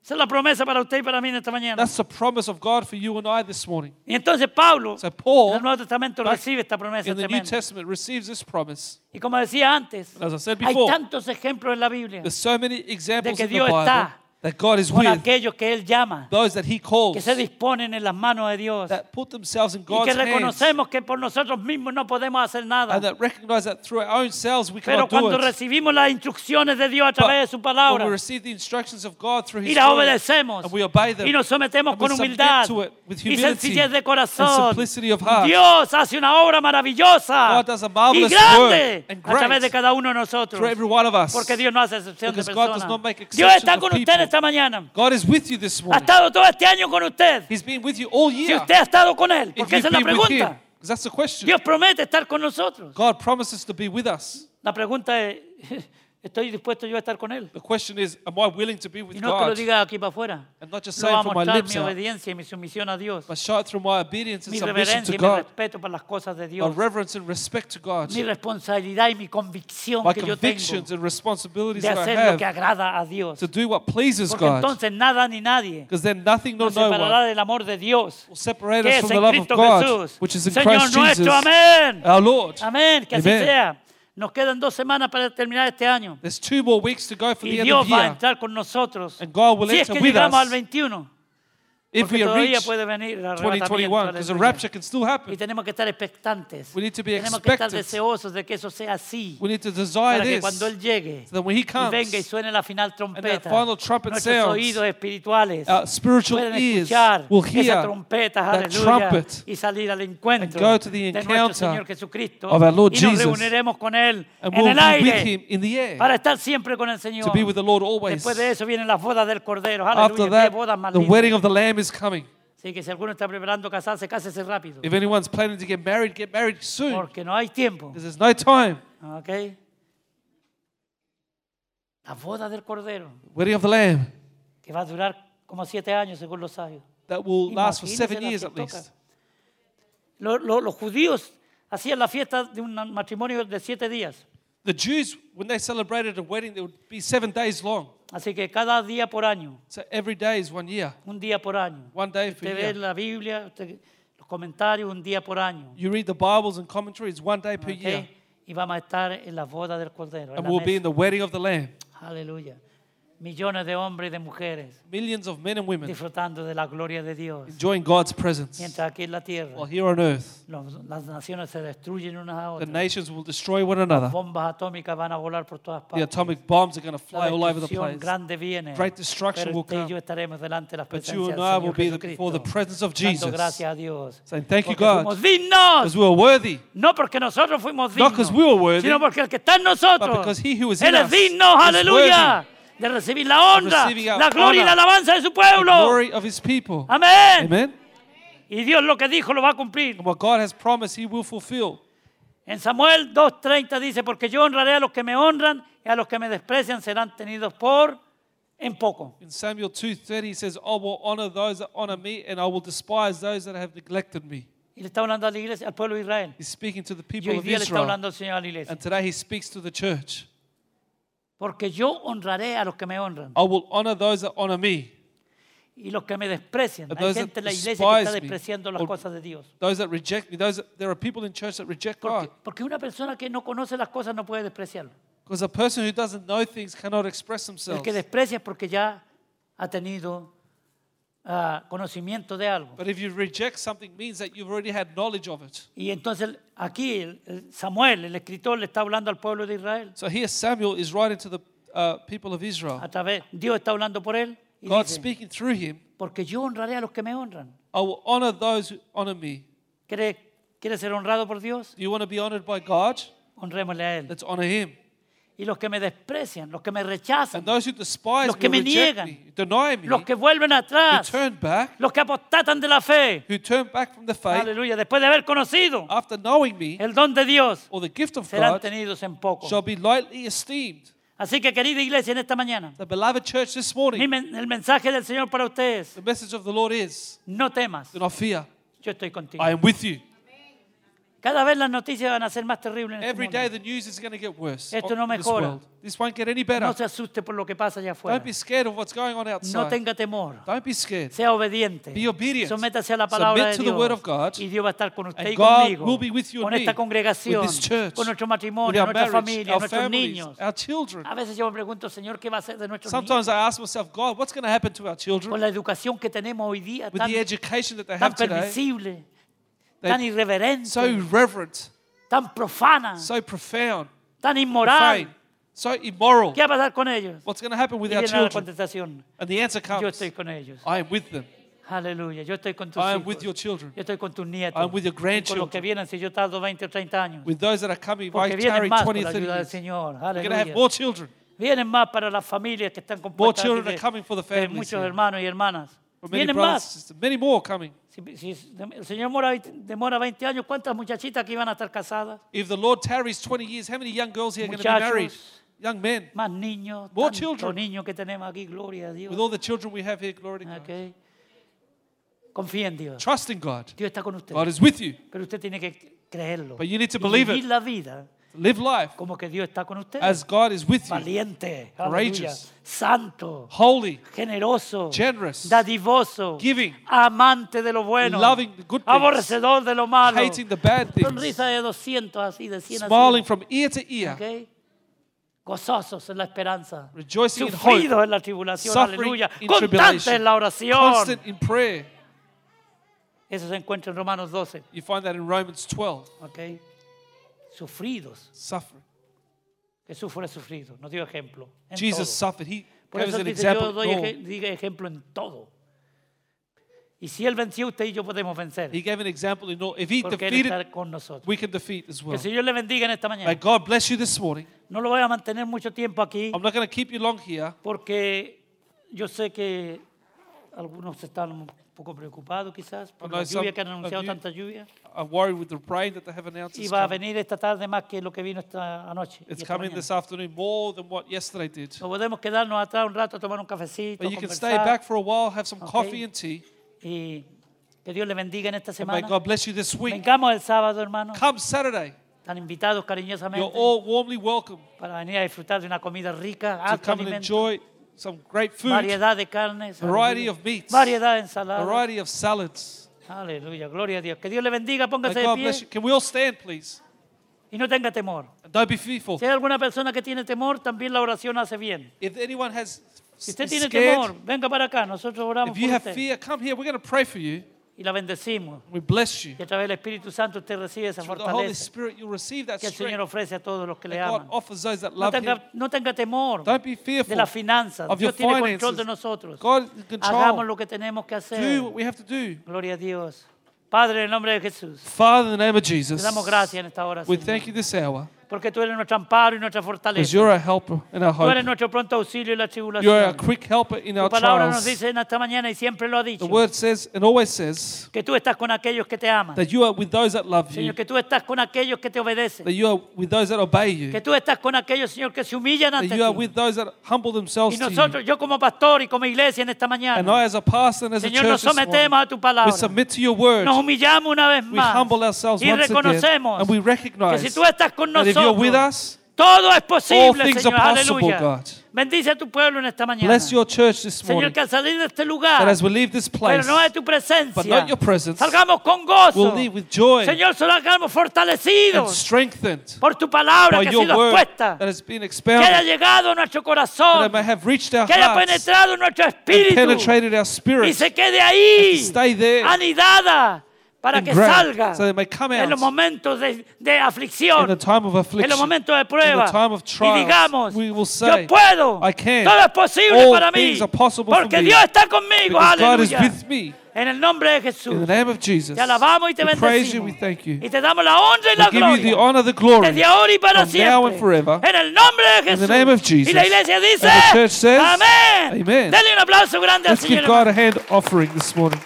Speaker 2: Esa es la promesa para usted y para mí en esta mañana.
Speaker 3: That's the promise of God for you and I this morning.
Speaker 2: Y entonces Pablo,
Speaker 3: So
Speaker 2: en el
Speaker 3: Paul
Speaker 2: Nuevo Testamento,
Speaker 3: back
Speaker 2: recibe esta promesa
Speaker 3: in the New
Speaker 2: tremenda.
Speaker 3: Testament receives this promise.
Speaker 2: Y como decía antes,
Speaker 3: As I said
Speaker 2: hay
Speaker 3: before,
Speaker 2: tantos ejemplos en la Biblia
Speaker 3: There's so many examples
Speaker 2: que
Speaker 3: in the
Speaker 2: Dios
Speaker 3: Bible
Speaker 2: está
Speaker 3: that God is
Speaker 2: con
Speaker 3: with
Speaker 2: aquellos que Él llama,
Speaker 3: those that He
Speaker 2: que
Speaker 3: calls,
Speaker 2: se disponen en las manos de Dios
Speaker 3: that put themselves in
Speaker 2: y
Speaker 3: God's
Speaker 2: que
Speaker 3: hands,
Speaker 2: reconocemos que por nosotros mismos no podemos hacer nada.
Speaker 3: and that recognize that through our own selves we
Speaker 2: Pero
Speaker 3: cannot do
Speaker 2: cuando
Speaker 3: it.
Speaker 2: recibimos las instrucciones de Dios a
Speaker 3: But
Speaker 2: través de su
Speaker 3: when
Speaker 2: palabra
Speaker 3: we receive the instructions of God through
Speaker 2: y
Speaker 3: His
Speaker 2: las
Speaker 3: word,
Speaker 2: obedecemos
Speaker 3: and we obey them,
Speaker 2: y nos sometemos
Speaker 3: and we
Speaker 2: con
Speaker 3: submit
Speaker 2: humildad
Speaker 3: to it with
Speaker 2: y
Speaker 3: humility
Speaker 2: sencillez de
Speaker 3: and
Speaker 2: corazón,
Speaker 3: simplicity of heart,
Speaker 2: Dios hace una obra maravillosa
Speaker 3: God does a
Speaker 2: y
Speaker 3: marvelous
Speaker 2: grande
Speaker 3: work and
Speaker 2: a través
Speaker 3: great
Speaker 2: de cada uno de nosotros.
Speaker 3: through every one of us,
Speaker 2: Porque Dios no hace excepción de
Speaker 3: Because God does
Speaker 2: personas.
Speaker 3: not make
Speaker 2: Dios está
Speaker 3: exceptions
Speaker 2: con
Speaker 3: of
Speaker 2: usted
Speaker 3: people.
Speaker 2: esta mañana.
Speaker 3: God is with you this
Speaker 2: Ha
Speaker 3: morning.
Speaker 2: estado todo este año con usted.
Speaker 3: He's been with you all
Speaker 2: Si
Speaker 3: year.
Speaker 2: usted ha estado con él,
Speaker 3: If
Speaker 2: porque esa
Speaker 3: you've
Speaker 2: es la
Speaker 3: been with Him,
Speaker 2: pregunta.
Speaker 3: 'cause that's the question.
Speaker 2: Dios promete estar con nosotros.
Speaker 3: God promises to be with us.
Speaker 2: La pregunta es, ¿estoy dispuesto yo a estar con él?
Speaker 3: The question is, am I willing to be with
Speaker 2: Y no es que lo
Speaker 3: God?
Speaker 2: diga aquí para afuera.
Speaker 3: And not just
Speaker 2: Lo va a
Speaker 3: saying from my
Speaker 2: mostrar
Speaker 3: lips
Speaker 2: mi
Speaker 3: out,
Speaker 2: obediencia y mi sumisión a Dios.
Speaker 3: but show it through my obedience and
Speaker 2: Mi
Speaker 3: submission
Speaker 2: reverencia
Speaker 3: to
Speaker 2: y mi
Speaker 3: God,
Speaker 2: respeto para las cosas de
Speaker 3: my
Speaker 2: Dios.
Speaker 3: reverence and respect to God,
Speaker 2: Mi responsabilidad y mi convicción
Speaker 3: my
Speaker 2: que yo tengo
Speaker 3: convictions and responsibilities
Speaker 2: de
Speaker 3: that I
Speaker 2: hacer lo que
Speaker 3: have
Speaker 2: agrada a Dios.
Speaker 3: to do what pleases
Speaker 2: Porque
Speaker 3: God.
Speaker 2: entonces nada ni nadie
Speaker 3: Because then nothing nor
Speaker 2: nos
Speaker 3: no
Speaker 2: separará
Speaker 3: one
Speaker 2: del amor de Dios.
Speaker 3: will separate
Speaker 2: que
Speaker 3: us
Speaker 2: es
Speaker 3: from
Speaker 2: en
Speaker 3: the love of
Speaker 2: Cristo
Speaker 3: God,
Speaker 2: Jesús.
Speaker 3: which is in
Speaker 2: Señor
Speaker 3: Christ
Speaker 2: nuestro,
Speaker 3: Jesus,
Speaker 2: amén.
Speaker 3: our Lord.
Speaker 2: Amén, que así
Speaker 3: Amen.
Speaker 2: sea. Nos quedan dos semanas para terminar este año.
Speaker 3: There's two more weeks to go for
Speaker 2: Y
Speaker 3: the end of
Speaker 2: Dios va a
Speaker 3: year.
Speaker 2: entrar con nosotros.
Speaker 3: And God will
Speaker 2: si es que
Speaker 3: enter with
Speaker 2: llegamos
Speaker 3: us.
Speaker 2: al 21.
Speaker 3: If
Speaker 2: Porque
Speaker 3: we
Speaker 2: todavía
Speaker 3: reach
Speaker 2: puede venir el arrebatamiento,
Speaker 3: 2021, because the
Speaker 2: aleluya.
Speaker 3: rapture can still
Speaker 2: Y
Speaker 3: happen,
Speaker 2: tenemos que estar expectantes.
Speaker 3: We need to be
Speaker 2: tenemos que estar
Speaker 3: expectant.
Speaker 2: deseosos de que eso sea así.
Speaker 3: we need to
Speaker 2: Para
Speaker 3: desire
Speaker 2: que
Speaker 3: this,
Speaker 2: cuando Él llegue
Speaker 3: so that when He
Speaker 2: y venga y
Speaker 3: comes,
Speaker 2: suene la final trompeta,
Speaker 3: final trumpet
Speaker 2: nuestros
Speaker 3: sounds,
Speaker 2: oídos espirituales
Speaker 3: our spiritual
Speaker 2: pueden
Speaker 3: ears
Speaker 2: escuchar
Speaker 3: will
Speaker 2: esa
Speaker 3: hear
Speaker 2: trompeta,
Speaker 3: that
Speaker 2: aleluya,
Speaker 3: trumpet
Speaker 2: y salir al encuentro
Speaker 3: go to the
Speaker 2: de nuestro
Speaker 3: encounter
Speaker 2: Señor Jesucristo
Speaker 3: of our Lord
Speaker 2: y nos
Speaker 3: Jesus.
Speaker 2: reuniremos con Él
Speaker 3: and
Speaker 2: en
Speaker 3: we'll
Speaker 2: el
Speaker 3: be
Speaker 2: aire
Speaker 3: with Him in the air,
Speaker 2: para estar siempre con el Señor.
Speaker 3: to be with the Lord always.
Speaker 2: Después de eso vienen las bodas del Cordero,
Speaker 3: After
Speaker 2: aleluya, qué
Speaker 3: that,
Speaker 2: bodas más
Speaker 3: the
Speaker 2: lindas.
Speaker 3: wedding of the Lamb is coming.
Speaker 2: Así que si alguno está preparando casarse, cásese rápido,
Speaker 3: If anyone's planning to get married, get married soon.
Speaker 2: porque no hay tiempo.
Speaker 3: 'cause there's no time.
Speaker 2: ¿Ok? La boda del Cordero,
Speaker 3: Wedding of the Lamb.
Speaker 2: que va a durar como siete años, según los sabios.
Speaker 3: That will last for
Speaker 2: Imagínense
Speaker 3: seven
Speaker 2: la
Speaker 3: years
Speaker 2: que
Speaker 3: at least.
Speaker 2: toca. Lo- lo- los judíos hacían la fiesta de un matrimonio de siete días.
Speaker 3: The Jews, when they celebrated a wedding, it would be seven days long.
Speaker 2: Así que cada día por año,
Speaker 3: So every day is one year.
Speaker 2: un día por año.
Speaker 3: One day per
Speaker 2: Usted ve
Speaker 3: year.
Speaker 2: la Biblia, usted- los comentarios, un día por año.
Speaker 3: You read the Bibles and commentaries one day per
Speaker 2: ¿ok?
Speaker 3: year.
Speaker 2: Y vamos a estar en la boda del Cordero. en
Speaker 3: And
Speaker 2: la
Speaker 3: we'll be
Speaker 2: mesa.
Speaker 3: in the wedding of the Lamb.
Speaker 2: Aleluya. Millones de hombres y de mujeres
Speaker 3: Millions of men and women
Speaker 2: disfrutando de la gloria de Dios.
Speaker 3: enjoying God's presence
Speaker 2: Mientras aquí en la tierra
Speaker 3: while here on earth.
Speaker 2: los- las naciones se destruyen unas a
Speaker 3: Oh, The
Speaker 2: otras.
Speaker 3: nations will destroy one another.
Speaker 2: bombas atómicas van a volar por todas
Speaker 3: The
Speaker 2: partes.
Speaker 3: atomic bombs are going to
Speaker 2: La
Speaker 3: fly all over the
Speaker 2: destrucción
Speaker 3: place.
Speaker 2: grande viene.
Speaker 3: Great destruction
Speaker 2: pero
Speaker 3: will
Speaker 2: usted y
Speaker 3: come.
Speaker 2: yo estaremos delante de las
Speaker 3: But
Speaker 2: presencias
Speaker 3: you
Speaker 2: del
Speaker 3: and I
Speaker 2: Señor
Speaker 3: will be before the
Speaker 2: Jesucristo.
Speaker 3: presence of
Speaker 2: Dando
Speaker 3: Jesus.
Speaker 2: gracias a Dios.
Speaker 3: Saying, "Thank you,
Speaker 2: porque
Speaker 3: God."
Speaker 2: fuimos dignos.
Speaker 3: Because we are worthy.
Speaker 2: No porque nosotros fuimos
Speaker 3: Not
Speaker 2: dignos,
Speaker 3: 'cause we were worthy,
Speaker 2: sino porque el que está en nosotros,
Speaker 3: but because he who is
Speaker 2: Él
Speaker 3: in
Speaker 2: es
Speaker 3: us
Speaker 2: digno,
Speaker 3: is
Speaker 2: aleluya, de recibir la honra,
Speaker 3: receiving our
Speaker 2: la gloria y la
Speaker 3: honor,
Speaker 2: alabanza de su
Speaker 3: The
Speaker 2: pueblo.
Speaker 3: glory of his people.
Speaker 2: Amén.
Speaker 3: Amen.
Speaker 2: Y Dios lo que dijo lo va a cumplir.
Speaker 3: And what God has promised, he will fulfill.
Speaker 2: En Samuel 2.30 dice, porque yo honraré a los que me honran y a los que me desprecian serán tenidos por en poco.
Speaker 3: In Samuel 2:30 he says, "I will honor those that honor me and I will despise those that have neglected me."
Speaker 2: Y le está hablando a la iglesia, al pueblo de Israel.
Speaker 3: He's speaking to the
Speaker 2: Y
Speaker 3: people
Speaker 2: hoy
Speaker 3: of
Speaker 2: día le está
Speaker 3: Israel.
Speaker 2: hablando el Señor a la iglesia.
Speaker 3: And today he speaks to the church.
Speaker 2: Porque yo honraré a los que me honran
Speaker 3: I will honor those that honor me
Speaker 2: y los que me desprecian.
Speaker 3: And
Speaker 2: Hay
Speaker 3: those
Speaker 2: gente en
Speaker 3: that
Speaker 2: la iglesia que está
Speaker 3: despise me
Speaker 2: despreciando las
Speaker 3: or-
Speaker 2: cosas de Dios.
Speaker 3: Those that reject me, those that, there are people in church that reject
Speaker 2: Porque,
Speaker 3: God.
Speaker 2: porque una persona que no conoce las cosas no puede despreciarlo.
Speaker 3: Because a person who doesn't know things cannot express
Speaker 2: El
Speaker 3: themselves.
Speaker 2: que desprecia es porque ya ha tenido ah, conocimiento de algo.
Speaker 3: But if you reject something means that you've already had knowledge of it.
Speaker 2: Y entonces aquí el- el Samuel, el escritor, le está hablando al pueblo de Israel.
Speaker 3: So here Samuel is writing to the uh, people of Israel.
Speaker 2: A través, Dios está hablando por él. Y
Speaker 3: God
Speaker 2: dice,
Speaker 3: speaking through him,
Speaker 2: porque yo honraré a los que me honran.
Speaker 3: I will honor those who honor me.
Speaker 2: ¿Quiere, quiere ser honrado por Dios?
Speaker 3: Do you want to be honored by God?
Speaker 2: Honrémosle a él.
Speaker 3: Let's honor him.
Speaker 2: Y los que me desprecian, los que me rechazan,
Speaker 3: And those who despise
Speaker 2: Los
Speaker 3: me,
Speaker 2: que me
Speaker 3: reject
Speaker 2: niegan.
Speaker 3: me, deny me,
Speaker 2: los que vuelven
Speaker 3: who
Speaker 2: atrás,
Speaker 3: turn back,
Speaker 2: los que apostatan de la fe.
Speaker 3: who turn back from the faith
Speaker 2: Aleluya, después de haber conocido
Speaker 3: after knowing me
Speaker 2: el don de Dios,
Speaker 3: or the gift of
Speaker 2: serán
Speaker 3: Oh God
Speaker 2: tenidos en poco.
Speaker 3: shall be lightly esteemed.
Speaker 2: Así que querida iglesia, en esta mañana,
Speaker 3: The beloved church this
Speaker 2: mi
Speaker 3: morning,
Speaker 2: men- el mensaje del Señor para ustedes,
Speaker 3: the message of the Lord is
Speaker 2: no temas,
Speaker 3: do not fear.
Speaker 2: yo estoy contigo.
Speaker 3: I am with you.
Speaker 2: Cada vez las noticias van a ser más terribles en este
Speaker 3: Every day
Speaker 2: mundo.
Speaker 3: the news is going to get worse.
Speaker 2: Esto
Speaker 3: on-
Speaker 2: no
Speaker 3: in this,
Speaker 2: mejora.
Speaker 3: world. this won't get any better.
Speaker 2: No se asuste por lo que pasa allá afuera.
Speaker 3: Don't be scared of what's going on
Speaker 2: No
Speaker 3: outside.
Speaker 2: tenga temor.
Speaker 3: Don't be scared.
Speaker 2: Sea obediente.
Speaker 3: Be obedient.
Speaker 2: Sométase a la palabra
Speaker 3: Submit
Speaker 2: de
Speaker 3: to the word
Speaker 2: Dios.
Speaker 3: of God.
Speaker 2: y Dios va a estar con usted
Speaker 3: And
Speaker 2: y
Speaker 3: God
Speaker 2: conmigo.
Speaker 3: will be with you and
Speaker 2: con
Speaker 3: me,
Speaker 2: esta congregación,
Speaker 3: with this church,
Speaker 2: con nuestro
Speaker 3: With
Speaker 2: matrimonio,
Speaker 3: our
Speaker 2: nuestra
Speaker 3: marriage,
Speaker 2: familia,
Speaker 3: our
Speaker 2: nuestros
Speaker 3: families,
Speaker 2: niños.
Speaker 3: our children.
Speaker 2: A veces yo me pregunto, Señor, ¿qué va a hacer de nuestros niños?
Speaker 3: Sometimes I ask myself, God, what's going to happen to our
Speaker 2: Con
Speaker 3: children
Speaker 2: la educación que tenemos hoy día
Speaker 3: with
Speaker 2: tan,
Speaker 3: the education that they
Speaker 2: tan
Speaker 3: have today?
Speaker 2: permisible,
Speaker 3: They-
Speaker 2: tan irreverente,
Speaker 3: So reverent,
Speaker 2: tan profana,
Speaker 3: so profound,
Speaker 2: tan
Speaker 3: profane,
Speaker 2: inmoral.
Speaker 3: so immoral.
Speaker 2: ¿Qué va a pasar con ellos?
Speaker 3: What's going to happen with
Speaker 2: Y
Speaker 3: our
Speaker 2: viene la
Speaker 3: children?
Speaker 2: contestación.
Speaker 3: And the answer
Speaker 2: Yo
Speaker 3: comes,
Speaker 2: estoy con ellos.
Speaker 3: I am with them.
Speaker 2: Aleluya. Yo estoy con tus
Speaker 3: I am
Speaker 2: hijos.
Speaker 3: with your children.
Speaker 2: Yo estoy con tus nietos.
Speaker 3: I'm with
Speaker 2: y con los
Speaker 3: your
Speaker 2: que
Speaker 3: grandchildren.
Speaker 2: vienen si yo tardo 20 o 30 años.
Speaker 3: With those that are coming, if I
Speaker 2: Porque vienen
Speaker 3: tarry
Speaker 2: más
Speaker 3: 20,
Speaker 2: con la
Speaker 3: 30
Speaker 2: ayuda del
Speaker 3: years,
Speaker 2: Señor.
Speaker 3: we're going to have
Speaker 2: Aleluya.
Speaker 3: more children.
Speaker 2: Vienen más para las familias que están compuestas
Speaker 3: children
Speaker 2: de-
Speaker 3: are coming for the
Speaker 2: de
Speaker 3: families
Speaker 2: muchos
Speaker 3: here.
Speaker 2: hermanos y hermanas.
Speaker 3: For many
Speaker 2: Vienen
Speaker 3: brothers and
Speaker 2: más.
Speaker 3: sisters, many more coming.
Speaker 2: Si, si el Señor mora- demora 20 años, ¿cuántas muchachitas que iban a estar casadas?
Speaker 3: If the Lord tarries 20 years, how many young girls here are going to be
Speaker 2: Muchachos.
Speaker 3: married? Young men.
Speaker 2: Más niños,
Speaker 3: More
Speaker 2: tantos
Speaker 3: children.
Speaker 2: niños que tenemos aquí, gloria a Dios.
Speaker 3: With all the children we have here, glory to God.
Speaker 2: Ok. Confía en Dios.
Speaker 3: Trust in God.
Speaker 2: Dios está con usted.
Speaker 3: God is with you.
Speaker 2: Pero usted tiene que creerlo.
Speaker 3: But you need to
Speaker 2: Y
Speaker 3: believe
Speaker 2: vivir
Speaker 3: it.
Speaker 2: la vida
Speaker 3: Live life
Speaker 2: como que Dios está con usted.
Speaker 3: as God is with you.
Speaker 2: Valiente, aleluya,
Speaker 3: Courageous.
Speaker 2: santo,
Speaker 3: Holy,
Speaker 2: generoso,
Speaker 3: Generous.
Speaker 2: dadivoso,
Speaker 3: Giving.
Speaker 2: amante de lo bueno,
Speaker 3: Loving the good things.
Speaker 2: aborrecedor de lo malo,
Speaker 3: hating the bad things,
Speaker 2: sonrisa de 200 así, de 100
Speaker 3: smiling
Speaker 2: así,
Speaker 3: from ear to ear,
Speaker 2: ¿ok? gozosos en la esperanza,
Speaker 3: Rejoicing in
Speaker 2: sufridos en la tribulación,
Speaker 3: Suffering
Speaker 2: aleluya,
Speaker 3: in
Speaker 2: constantes
Speaker 3: tribulation.
Speaker 2: en la oración.
Speaker 3: constant in prayer.
Speaker 2: Eso se encuentra en Romanos 12,
Speaker 3: You find that in Romans 12,
Speaker 2: ¿ok? Sufridos,
Speaker 3: suffering.
Speaker 2: Jesús fue sufrido, nos dio ejemplo. en todo.
Speaker 3: Jesus suffered. He
Speaker 2: Por
Speaker 3: gave us
Speaker 2: eso
Speaker 3: an
Speaker 2: dice,
Speaker 3: example.
Speaker 2: yo doy
Speaker 3: in all.
Speaker 2: eje- diga ejemplo en todo. Y si Él venció, usted y yo podemos vencer.
Speaker 3: He gave an example in all. If he
Speaker 2: Porque Él está
Speaker 3: defeated,
Speaker 2: con nosotros.
Speaker 3: we can defeat as
Speaker 2: Que
Speaker 3: well.
Speaker 2: el Señor le bendiga en esta
Speaker 3: May
Speaker 2: mañana.
Speaker 3: God bless you this morning.
Speaker 2: No lo voy a mantener mucho tiempo aquí
Speaker 3: I'm not going to keep you long here
Speaker 2: porque yo sé que algunos están un poco preocupados quizás por
Speaker 3: I know
Speaker 2: la lluvia
Speaker 3: some
Speaker 2: que han
Speaker 3: of
Speaker 2: anunciado,
Speaker 3: you-
Speaker 2: tanta lluvia.
Speaker 3: I'm worried with the rain that they have announced.
Speaker 2: Y
Speaker 3: is
Speaker 2: va a
Speaker 3: coming.
Speaker 2: venir esta tarde más que lo que vino esta anoche. y
Speaker 3: It's
Speaker 2: esta
Speaker 3: coming
Speaker 2: mañana.
Speaker 3: this afternoon more than what yesterday did.
Speaker 2: Nos podemos quedarnos atrás un rato a tomar un cafecito,
Speaker 3: But you can stay
Speaker 2: conversar.
Speaker 3: back for a while, have some
Speaker 2: Okay.
Speaker 3: coffee and tea,
Speaker 2: Y que Dios le bendiga en esta
Speaker 3: and may
Speaker 2: semana.
Speaker 3: God bless you this week.
Speaker 2: Vengamos el sábado, hermano.
Speaker 3: Come Saturday,
Speaker 2: Están invitados
Speaker 3: you're
Speaker 2: cariñosamente
Speaker 3: all warmly welcome
Speaker 2: para venir a disfrutar de una comida rica,
Speaker 3: oh, to
Speaker 2: alto
Speaker 3: come and
Speaker 2: alimento,
Speaker 3: enjoy some great food,
Speaker 2: variedad de carnes,
Speaker 3: Variety
Speaker 2: aleluya,
Speaker 3: of meats.
Speaker 2: variedad de
Speaker 3: a
Speaker 2: ensaladas.
Speaker 3: variety of salads.
Speaker 2: Aleluya, gloria a Dios. Que Dios le bendiga,
Speaker 3: May
Speaker 2: póngase de
Speaker 3: God bless you.
Speaker 2: pie
Speaker 3: Can we all stand, please?
Speaker 2: y no tenga temor.
Speaker 3: And don't be fearful.
Speaker 2: Si hay alguna persona que tiene temor, también la oración hace bien.
Speaker 3: If anyone has
Speaker 2: Si
Speaker 3: is
Speaker 2: usted tiene
Speaker 3: scared,
Speaker 2: temor, venga para acá, nosotros oramos
Speaker 3: if you
Speaker 2: por
Speaker 3: have
Speaker 2: usted
Speaker 3: fear, come here. We're going to pray for you.
Speaker 2: y la bendecimos.
Speaker 3: We bless you.
Speaker 2: Y a través del Espíritu Santo usted recibe esa
Speaker 3: Through the Holy
Speaker 2: fortaleza
Speaker 3: Spirit, you'll receive that
Speaker 2: que el Señor
Speaker 3: strength
Speaker 2: ofrece a todos los que le
Speaker 3: that God
Speaker 2: aman.
Speaker 3: offers those that
Speaker 2: No
Speaker 3: love Him.
Speaker 2: tenga, no tenga temor
Speaker 3: Don't be
Speaker 2: de
Speaker 3: fearful
Speaker 2: las finanzas.
Speaker 3: of your
Speaker 2: Dios tiene control de
Speaker 3: finances.
Speaker 2: nosotros.
Speaker 3: God is in
Speaker 2: Hagamos
Speaker 3: control.
Speaker 2: lo que tenemos que hacer.
Speaker 3: Do what we have to do.
Speaker 2: Gloria a Dios. Padre, en el nombre de Jesús,
Speaker 3: Father, in the name of Jesus,
Speaker 2: te damos gracias en esta hora,
Speaker 3: we
Speaker 2: Señor,
Speaker 3: thank you this hour
Speaker 2: porque tú eres nuestro amparo y nuestra
Speaker 3: because
Speaker 2: fortaleza.
Speaker 3: you're our helper and our
Speaker 2: Tú eres
Speaker 3: hope.
Speaker 2: nuestro pronto auxilio en la
Speaker 3: You're our
Speaker 2: tribulación.
Speaker 3: quick helper in
Speaker 2: Tu
Speaker 3: our
Speaker 2: palabra nos
Speaker 3: trials.
Speaker 2: dice en esta mañana y siempre lo ha dicho,
Speaker 3: The word says and always says
Speaker 2: que tú estás con aquellos que te aman.
Speaker 3: that you are with those that love you,
Speaker 2: Señor, que tú estás con aquellos que te
Speaker 3: that
Speaker 2: obedecen.
Speaker 3: you are with those that obey you,
Speaker 2: Que tú estás con aquellos, Señor, que se humillan
Speaker 3: that
Speaker 2: ante
Speaker 3: you are
Speaker 2: ti.
Speaker 3: with those that humble themselves
Speaker 2: Y
Speaker 3: to you.
Speaker 2: nosotros, yo como pastor y como iglesia en esta
Speaker 3: And
Speaker 2: mañana,
Speaker 3: I, as a pastor and as a
Speaker 2: Señor, nos
Speaker 3: church, this
Speaker 2: sometemos a
Speaker 3: morning,
Speaker 2: tu
Speaker 3: we
Speaker 2: palabra.
Speaker 3: submit to your word.
Speaker 2: Nos humillamos una vez
Speaker 3: We
Speaker 2: más.
Speaker 3: humble ourselves
Speaker 2: Y
Speaker 3: once again,
Speaker 2: reconocemos
Speaker 3: and we
Speaker 2: que
Speaker 3: recognize
Speaker 2: si tú estás con
Speaker 3: that if you're with
Speaker 2: nosotros,
Speaker 3: us,
Speaker 2: todo es
Speaker 3: all
Speaker 2: posible,
Speaker 3: things are
Speaker 2: Señor.
Speaker 3: possible,
Speaker 2: Aleluya.
Speaker 3: God.
Speaker 2: bendice a tu pueblo en esta mañana.
Speaker 3: Bless your church this
Speaker 2: Señor,
Speaker 3: morning.
Speaker 2: que al salir de este
Speaker 3: That
Speaker 2: lugar,
Speaker 3: as we leave this
Speaker 2: pero
Speaker 3: place,
Speaker 2: no de tu presencia,
Speaker 3: but not your presence,
Speaker 2: salgamos con gozo.
Speaker 3: we'll leave with joy
Speaker 2: Señor, salgamos
Speaker 3: and
Speaker 2: fortalecidos
Speaker 3: strengdued
Speaker 2: por tu palabra
Speaker 3: by
Speaker 2: que ha
Speaker 3: your
Speaker 2: sido
Speaker 3: word
Speaker 2: expuesta,
Speaker 3: that has been
Speaker 2: que haya
Speaker 3: expounded,
Speaker 2: llegado a nuestro
Speaker 3: that it
Speaker 2: corazón,
Speaker 3: may have reached our
Speaker 2: que haya
Speaker 3: hearts,
Speaker 2: penetrado en nuestro
Speaker 3: and
Speaker 2: espíritu
Speaker 3: penetrated our
Speaker 2: y
Speaker 3: spirits,
Speaker 2: se quede ahí,
Speaker 3: stay there
Speaker 2: anidada, para
Speaker 3: and
Speaker 2: que
Speaker 3: ground,
Speaker 2: salga
Speaker 3: so they may come
Speaker 2: en
Speaker 3: out
Speaker 2: los momentos de, de
Speaker 3: in the
Speaker 2: aflicción,
Speaker 3: time of
Speaker 2: en los
Speaker 3: affliction,
Speaker 2: momentos de prueba
Speaker 3: in the time of
Speaker 2: y
Speaker 3: trials,
Speaker 2: digamos
Speaker 3: we will
Speaker 2: yo
Speaker 3: say,
Speaker 2: puedo
Speaker 3: "I can.
Speaker 2: todo es posible
Speaker 3: All
Speaker 2: para mí
Speaker 3: things are possible for
Speaker 2: porque
Speaker 3: me."
Speaker 2: Dios está conmigo
Speaker 3: because God is
Speaker 2: aleluya
Speaker 3: with me.
Speaker 2: en el nombre de Jesús
Speaker 3: In the name of Jesus,
Speaker 2: te alabamos y te
Speaker 3: we praise you,
Speaker 2: bendecimos
Speaker 3: we thank you.
Speaker 2: y te damos la honra y la
Speaker 3: We give you
Speaker 2: gloria
Speaker 3: the honor, the glory.
Speaker 2: desde ahora y para
Speaker 3: from
Speaker 2: siempre
Speaker 3: now and forever.
Speaker 2: en el nombre de Jesús
Speaker 3: the name of Jesus.
Speaker 2: y la iglesia dice
Speaker 3: And the church says,
Speaker 2: amén
Speaker 3: Amen.
Speaker 2: denle un aplauso grande al
Speaker 3: Let's
Speaker 2: Señor
Speaker 3: give
Speaker 2: hermano.
Speaker 3: God a hand offering this morning.